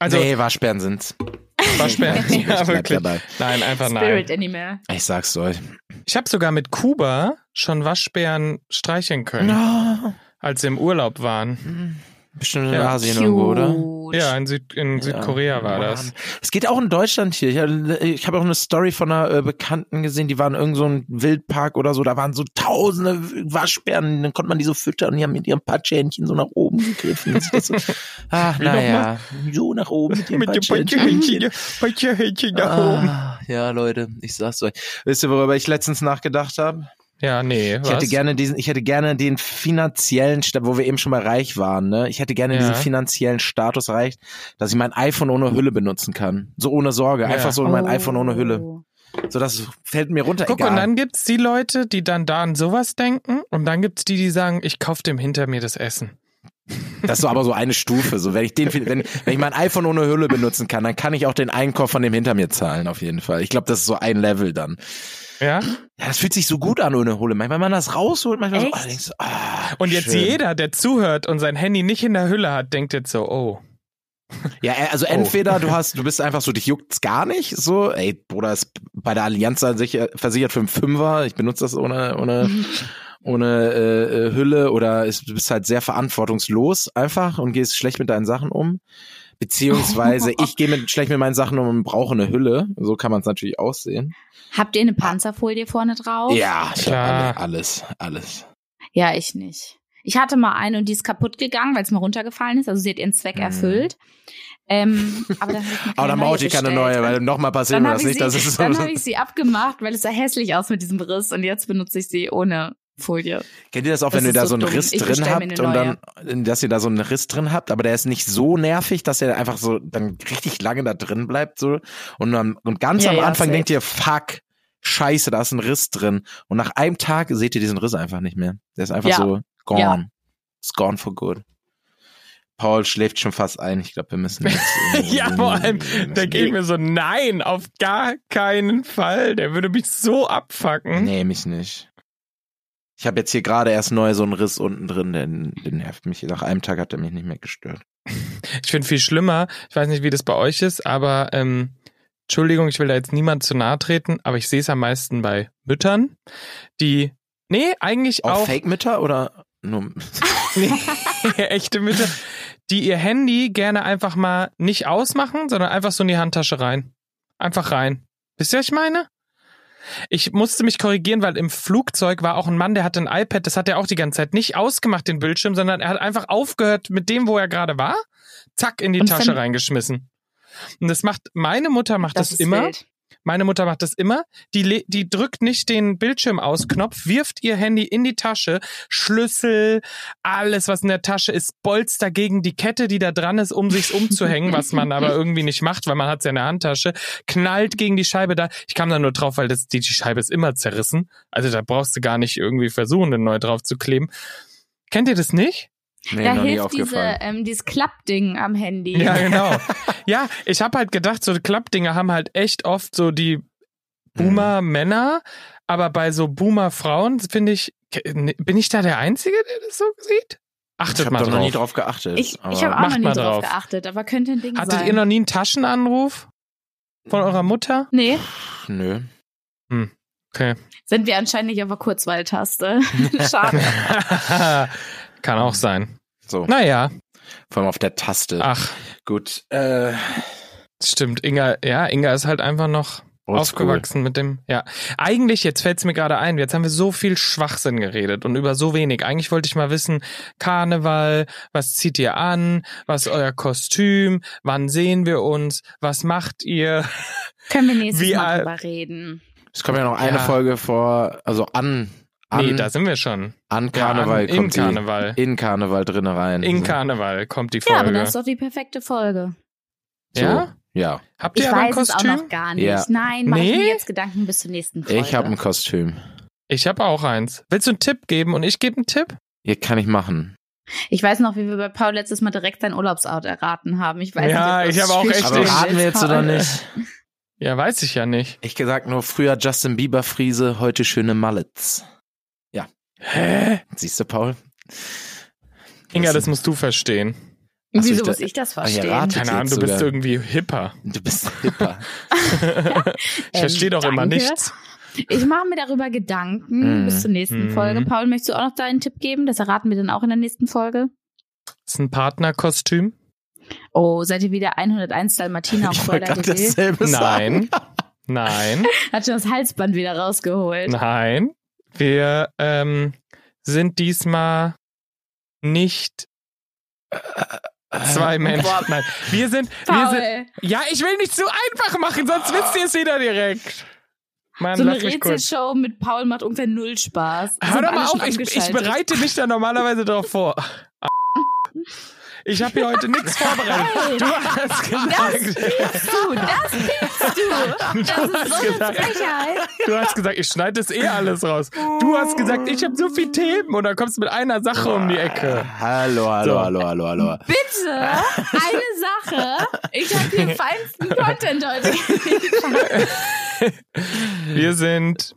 [SPEAKER 3] Also
[SPEAKER 2] nee, Waschbären sind's.
[SPEAKER 3] Waschbären. ja,
[SPEAKER 2] ich bleib
[SPEAKER 3] wirklich.
[SPEAKER 2] dabei.
[SPEAKER 3] Nein, einfach Oh nein.
[SPEAKER 1] Spirit Animal.
[SPEAKER 2] Ich sag's euch.
[SPEAKER 3] Ich habe sogar mit Kuba schon Waschbären streicheln können,
[SPEAKER 2] No.
[SPEAKER 3] als sie im Urlaub waren.
[SPEAKER 2] Ah, Bestimmt in
[SPEAKER 3] Ja.
[SPEAKER 2] Asien irgendwo, oder?
[SPEAKER 3] Ja, in, Süd in Südkorea war
[SPEAKER 2] Mann.
[SPEAKER 3] das.
[SPEAKER 2] Es geht auch in Deutschland hier. Ich habe ich hab auch eine Story von einer äh, Bekannten gesehen, die waren in irgendeinem Wildpark oder so. Da waren so tausende Waschbären. Dann konnte man die so füttern und die haben mit ihrem Patschhähnchen so nach oben gegriffen. Das ist so, ach,
[SPEAKER 3] Wie noch
[SPEAKER 2] naja. So nach oben mit ihrem
[SPEAKER 3] Mit dem
[SPEAKER 2] Patschhähnchen.
[SPEAKER 3] Patschehändchen Patschehändchen da oben.
[SPEAKER 2] Ah, ja, Leute, ich sag's euch. Wisst ihr, worüber ich letztens nachgedacht habe?
[SPEAKER 3] Ja, nee, was?
[SPEAKER 2] Ich hätte gerne diesen, ich hätte gerne den finanziellen, Sta- wo wir eben schon mal reich waren, ne? Ich hätte gerne
[SPEAKER 3] Ja.
[SPEAKER 2] diesen finanziellen Status erreicht, dass ich mein iPhone ohne Hülle benutzen kann. So ohne Sorge.
[SPEAKER 3] Ja.
[SPEAKER 2] Einfach so
[SPEAKER 1] Oh.
[SPEAKER 2] mein iPhone ohne Hülle. So, das fällt mir runter.
[SPEAKER 3] Guck,
[SPEAKER 2] egal.
[SPEAKER 3] und dann gibt's die Leute, die dann da an sowas denken und dann gibt's die, die sagen, ich kauf dem hinter mir das Essen.
[SPEAKER 2] Das ist so aber so eine Stufe. So, wenn ich den, wenn, wenn ich mein iPhone ohne Hülle benutzen kann, dann kann ich auch den Einkauf von dem hinter mir zahlen, auf jeden Fall. Ich glaube, das ist so ein Level dann.
[SPEAKER 3] Ja?
[SPEAKER 2] Ja, das fühlt sich so gut an ohne Hülle. Manchmal, wenn man das rausholt, manchmal so,
[SPEAKER 1] Echt?
[SPEAKER 2] oh, denkst du, ah,
[SPEAKER 3] Und jetzt
[SPEAKER 2] schön.
[SPEAKER 3] jeder, der zuhört und sein Handy nicht in der Hülle hat, denkt jetzt so, oh.
[SPEAKER 2] Ja, äh,
[SPEAKER 1] Oh.
[SPEAKER 2] also entweder du hast, du bist einfach so, dich juckt's gar nicht, so, ey, Bruder ist bei der Allianz an sich äh, versichert für einen Fünfer, ich benutze das ohne, ohne, ohne äh, äh, Hülle oder ist, du bist halt sehr verantwortungslos einfach und gehst schlecht mit deinen Sachen um. Beziehungsweise ich gehe mit, schlecht mit meinen Sachen um und brauche eine Hülle. So kann man es natürlich aussehen.
[SPEAKER 1] Habt ihr eine Panzerfolie vorne drauf?
[SPEAKER 2] Ja,
[SPEAKER 3] Klar.
[SPEAKER 2] klar. Alles, alles.
[SPEAKER 1] Ja, ich nicht. Ich hatte mal eine und die ist kaputt gegangen, weil es mal runtergefallen ist. Also sie hat ihren Zweck
[SPEAKER 2] Mhm.
[SPEAKER 1] erfüllt. Ähm, aber dann habe ich mir keine
[SPEAKER 2] Aber dann
[SPEAKER 1] neue
[SPEAKER 2] brauche ich keine
[SPEAKER 1] bestellt. ne?
[SPEAKER 2] neue, weil nochmal passiert
[SPEAKER 1] Dann
[SPEAKER 2] mir
[SPEAKER 1] habe
[SPEAKER 2] das
[SPEAKER 1] ich,
[SPEAKER 2] nicht. Das
[SPEAKER 1] sie-
[SPEAKER 2] ist so.
[SPEAKER 1] dann hab ich sie abgemacht, weil es sah hässlich aus mit diesem Riss und jetzt benutze ich sie ohne Folie.
[SPEAKER 2] Kennt ihr das auch,
[SPEAKER 1] Das
[SPEAKER 2] wenn ihr
[SPEAKER 1] ist
[SPEAKER 2] da
[SPEAKER 1] so
[SPEAKER 2] so einen
[SPEAKER 1] dumm.
[SPEAKER 2] Riss
[SPEAKER 1] Ich
[SPEAKER 2] drin
[SPEAKER 1] bestell mir
[SPEAKER 2] habt
[SPEAKER 1] eine
[SPEAKER 2] und dann, dass ihr da so einen Riss drin habt, aber der ist nicht so nervig, dass er einfach so dann richtig lange da drin bleibt so und dann und ganz
[SPEAKER 1] Ja,
[SPEAKER 2] am
[SPEAKER 1] ja,
[SPEAKER 2] Anfang
[SPEAKER 1] safe.
[SPEAKER 2] denkt ihr Fuck, Scheiße, da ist ein Riss drin und nach einem Tag seht ihr diesen Riss einfach nicht mehr. Der ist einfach
[SPEAKER 1] Ja.
[SPEAKER 2] so gone,
[SPEAKER 1] Ja.
[SPEAKER 2] it's gone for good. Paul schläft schon fast ein. Ich glaube, wir müssen. Jetzt
[SPEAKER 3] Ja, vor allem,
[SPEAKER 2] Wir müssen-
[SPEAKER 3] Da geht mir so, nein, auf gar keinen Fall. Der würde mich so abfacken.
[SPEAKER 2] Nee, mich nicht. Ich habe jetzt hier gerade erst neu so einen Riss unten drin, den, den nervt mich. Nach einem Tag hat er mich nicht mehr gestört.
[SPEAKER 3] Ich finde viel schlimmer, ich weiß nicht, wie das bei euch ist, aber ähm, Entschuldigung, ich will da jetzt niemand zu nahe treten, aber ich sehe es am meisten bei Müttern, die, nee, eigentlich
[SPEAKER 2] Auch,
[SPEAKER 3] auch,
[SPEAKER 2] Fake-Mütter oder nur?
[SPEAKER 3] nee, echte Mütter, die ihr Handy gerne einfach mal nicht ausmachen, sondern einfach so in die Handtasche rein. Einfach rein. Wisst ihr, was ich meine? Ich musste mich korrigieren, weil im Flugzeug war auch ein Mann, der hatte ein iPad, das hat er auch die ganze Zeit nicht ausgemacht, den Bildschirm, sondern er hat einfach aufgehört mit dem, wo er gerade war, zack, in die
[SPEAKER 1] Und
[SPEAKER 3] Tasche
[SPEAKER 1] von-
[SPEAKER 3] reingeschmissen. Und das macht, meine Mutter macht das,
[SPEAKER 1] ist
[SPEAKER 3] immer.
[SPEAKER 1] wild.
[SPEAKER 3] Meine Mutter macht das immer. Die, le- die drückt nicht den Bildschirm aus, Knopf, wirft ihr Handy in die Tasche, Schlüssel, alles, was in der Tasche ist, bolzt dagegen die Kette, die da dran ist, um sich's umzuhängen, was man aber irgendwie nicht macht, weil man hat's ja in der Handtasche, knallt gegen die Scheibe da. Ich kam da nur drauf, weil das, die, die Scheibe ist immer zerrissen. Also da brauchst du gar nicht irgendwie versuchen, den neu drauf zu kleben. Kennt ihr das nicht?
[SPEAKER 2] Nee,
[SPEAKER 1] Da
[SPEAKER 2] noch nie
[SPEAKER 1] hilft diese,
[SPEAKER 2] aufgefallen.
[SPEAKER 1] ähm, dieses Klappding am Handy.
[SPEAKER 3] Ja, genau. ja, ich habe halt gedacht, so Klappdinger haben halt echt oft so die
[SPEAKER 2] Hm.
[SPEAKER 3] Boomer-Männer, aber bei so Boomer-Frauen finde ich, ne, bin ich da der Einzige, der das so sieht?
[SPEAKER 2] ich
[SPEAKER 3] Achtet
[SPEAKER 2] habe
[SPEAKER 3] mal
[SPEAKER 2] doch noch nie drauf
[SPEAKER 3] drauf.
[SPEAKER 2] geachtet.
[SPEAKER 1] Ich,
[SPEAKER 2] aber-
[SPEAKER 1] ich habe auch
[SPEAKER 3] macht
[SPEAKER 1] noch nie
[SPEAKER 3] mal
[SPEAKER 1] drauf,
[SPEAKER 3] drauf.
[SPEAKER 1] geachtet, aber könnte ein Ding
[SPEAKER 3] Hattet
[SPEAKER 1] sein.
[SPEAKER 3] ihr noch nie einen Taschenanruf von eurer Mutter?
[SPEAKER 1] nee,
[SPEAKER 2] Nö.
[SPEAKER 1] sind wir anscheinend nicht auf der Kurzwahltaste. Schade.
[SPEAKER 3] Kann auch sein.
[SPEAKER 2] So,
[SPEAKER 3] Naja,
[SPEAKER 2] vor allem auf der Taste.
[SPEAKER 3] ach,
[SPEAKER 2] Gut. Äh,
[SPEAKER 3] stimmt. Inga, ja, Inga ist halt einfach noch aufgewachsen mit dem. Ja, eigentlich jetzt fällt's mir gerade ein. Jetzt haben wir so viel Schwachsinn geredet und über so wenig. Eigentlich wollte ich mal wissen: Karneval, was zieht ihr an? Was ist euer Kostüm? Wann sehen wir uns? Was macht ihr?
[SPEAKER 1] Können wir nächstes
[SPEAKER 3] Wie
[SPEAKER 1] Mal
[SPEAKER 3] alt-
[SPEAKER 1] drüber reden.
[SPEAKER 2] Es kommt ja noch eine
[SPEAKER 3] Ja.
[SPEAKER 2] Folge vor, also an, an,
[SPEAKER 3] nee, da sind wir
[SPEAKER 2] an
[SPEAKER 3] schon. Ja, an-
[SPEAKER 2] Karneval
[SPEAKER 3] Im
[SPEAKER 2] kommt
[SPEAKER 3] Karneval.
[SPEAKER 2] die. In Karneval drin rein.
[SPEAKER 3] In Karneval kommt die
[SPEAKER 1] Ja, aber
[SPEAKER 3] Folge.
[SPEAKER 1] das ist doch die perfekte Folge.
[SPEAKER 2] So,
[SPEAKER 3] Ja?
[SPEAKER 2] Ja.
[SPEAKER 3] Habt
[SPEAKER 1] Ich
[SPEAKER 3] ihr aber ein
[SPEAKER 1] weiß es auch
[SPEAKER 3] Kostüm?
[SPEAKER 1] noch gar nicht.
[SPEAKER 2] Ja.
[SPEAKER 1] Nein, mach ich
[SPEAKER 3] Nee?
[SPEAKER 1] mir jetzt Gedanken bis zur nächsten Folge.
[SPEAKER 2] Ich habe ein Kostüm.
[SPEAKER 3] Ich habe auch eins. Willst du einen Tipp geben und ich gebe einen Tipp?
[SPEAKER 2] Hier kann ich machen.
[SPEAKER 1] Ich weiß noch, wie wir bei Paul letztes Mal direkt sein Urlaubsort erraten haben. Ich weiß nicht,
[SPEAKER 3] Ja,
[SPEAKER 1] ob
[SPEAKER 3] ich
[SPEAKER 1] das
[SPEAKER 3] habe auch
[SPEAKER 1] schwierig
[SPEAKER 3] echt
[SPEAKER 2] Aber
[SPEAKER 3] den-
[SPEAKER 1] ist,
[SPEAKER 2] raten wir jetzt oder
[SPEAKER 1] Paul.
[SPEAKER 2] nicht?
[SPEAKER 3] Ja, weiß ich ja nicht.
[SPEAKER 2] Ich gesagt nur früher Justin Bieber Friese, heute schöne Mullets. Ja. Hä? Siehst du, Paul?
[SPEAKER 3] Inga,
[SPEAKER 2] Wissen.
[SPEAKER 3] das musst du verstehen.
[SPEAKER 2] Achso,
[SPEAKER 1] Wieso
[SPEAKER 2] ich da-
[SPEAKER 1] muss ich das
[SPEAKER 2] Ah, ihr
[SPEAKER 1] verstehen?
[SPEAKER 2] ratet.
[SPEAKER 3] Keine
[SPEAKER 2] jetzt
[SPEAKER 3] Ahnung, du bist
[SPEAKER 2] sogar.
[SPEAKER 3] irgendwie hipper.
[SPEAKER 2] Du bist hipper.
[SPEAKER 3] ich verstehe doch immer
[SPEAKER 1] Ähm, danke.
[SPEAKER 3] nichts.
[SPEAKER 1] Ich mache mir darüber Gedanken
[SPEAKER 2] Mhm.
[SPEAKER 1] bis zur nächsten
[SPEAKER 3] Mhm.
[SPEAKER 1] Folge. Paul, möchtest du auch noch deinen Tipp geben? Das erraten wir dann auch in der nächsten Folge.
[SPEAKER 3] Ist ein Partnerkostüm?
[SPEAKER 1] Oh, seid ihr wieder 101 Dalmatiner auf
[SPEAKER 2] ich wollte gerade
[SPEAKER 1] Vordergrund?
[SPEAKER 2] dasselbe sagen.
[SPEAKER 3] Nein. Nein.
[SPEAKER 1] Hat schon das Halsband wieder rausgeholt.
[SPEAKER 3] Nein. Wir ähm, sind diesmal nicht äh, zwei Menschen.
[SPEAKER 1] Äh, Boah.
[SPEAKER 3] Nein. Wir sind, wir sind.
[SPEAKER 1] Paul,
[SPEAKER 3] Ja, ich will nicht zu einfach machen, sonst wisst ihr es wieder direkt. Mann,
[SPEAKER 1] Oh. so eine
[SPEAKER 3] lass mich kurz.
[SPEAKER 1] Rätselshow mit Paul macht ungefähr null Spaß.
[SPEAKER 3] Hör
[SPEAKER 1] Sind
[SPEAKER 3] doch
[SPEAKER 1] alle
[SPEAKER 3] mal
[SPEAKER 1] schon
[SPEAKER 3] auf, ich, ich
[SPEAKER 1] abgeschaltet?
[SPEAKER 3] bereite mich da normalerweise drauf vor. Ich habe hier heute nichts vorbereitet. Du hast
[SPEAKER 1] Du,
[SPEAKER 3] gesagt,
[SPEAKER 1] das kriegst du. Das ist so eine
[SPEAKER 3] gesagt.
[SPEAKER 1] Frechheit.
[SPEAKER 3] du hast gesagt, ich schneide das eh alles raus. Du hast gesagt, ich habe so viel Themen und dann kommst du mit einer Sache um die Ecke.
[SPEAKER 2] Hallo, hallo,
[SPEAKER 3] So.
[SPEAKER 2] hallo, hallo, hallo.
[SPEAKER 1] Bitte, eine Sache. Ich habe den feinsten Content heute geliefert.
[SPEAKER 3] Wir sind.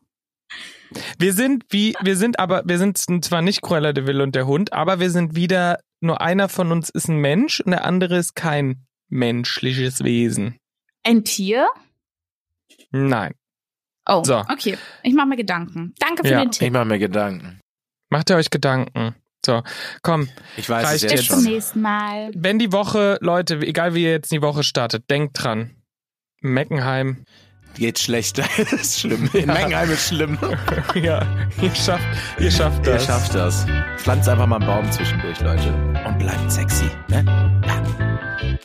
[SPEAKER 3] Wir sind wie, wir sind aber, wir sind zwar nicht Cruella de Vil und der Hund, aber wir sind wieder, nur einer von uns ist ein Mensch und der andere ist kein menschliches Wesen.
[SPEAKER 1] Ein Tier?
[SPEAKER 3] Nein.
[SPEAKER 1] Oh,
[SPEAKER 3] So.
[SPEAKER 1] okay. Ich mache mir Gedanken. Danke für
[SPEAKER 3] Ja.
[SPEAKER 1] den
[SPEAKER 2] Ich
[SPEAKER 1] Tipp.
[SPEAKER 2] mache mir Gedanken.
[SPEAKER 3] Macht ihr euch Gedanken? So, komm.
[SPEAKER 2] Ich weiß
[SPEAKER 3] Reicht
[SPEAKER 1] Bis
[SPEAKER 2] es jetzt
[SPEAKER 3] jetzt
[SPEAKER 1] zum
[SPEAKER 2] schon.
[SPEAKER 1] nächsten Mal.
[SPEAKER 3] Wenn die Woche, Leute, egal wie ihr jetzt in die Woche startet, denkt dran. Meckenheim.
[SPEAKER 2] Geht schlechter. Das ist schlimm. In Mengenheim ist schlimm.
[SPEAKER 3] ja, ihr schafft, ihr schafft
[SPEAKER 2] Ihr
[SPEAKER 3] das.
[SPEAKER 2] schafft das. Pflanzt einfach mal einen Baum zwischendurch, Leute. Und bleibt sexy. Ne? Ja.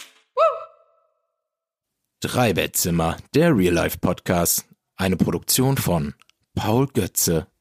[SPEAKER 2] Drei Bettzimmer, der Real Life Podcast. Eine Produktion von Paul Götze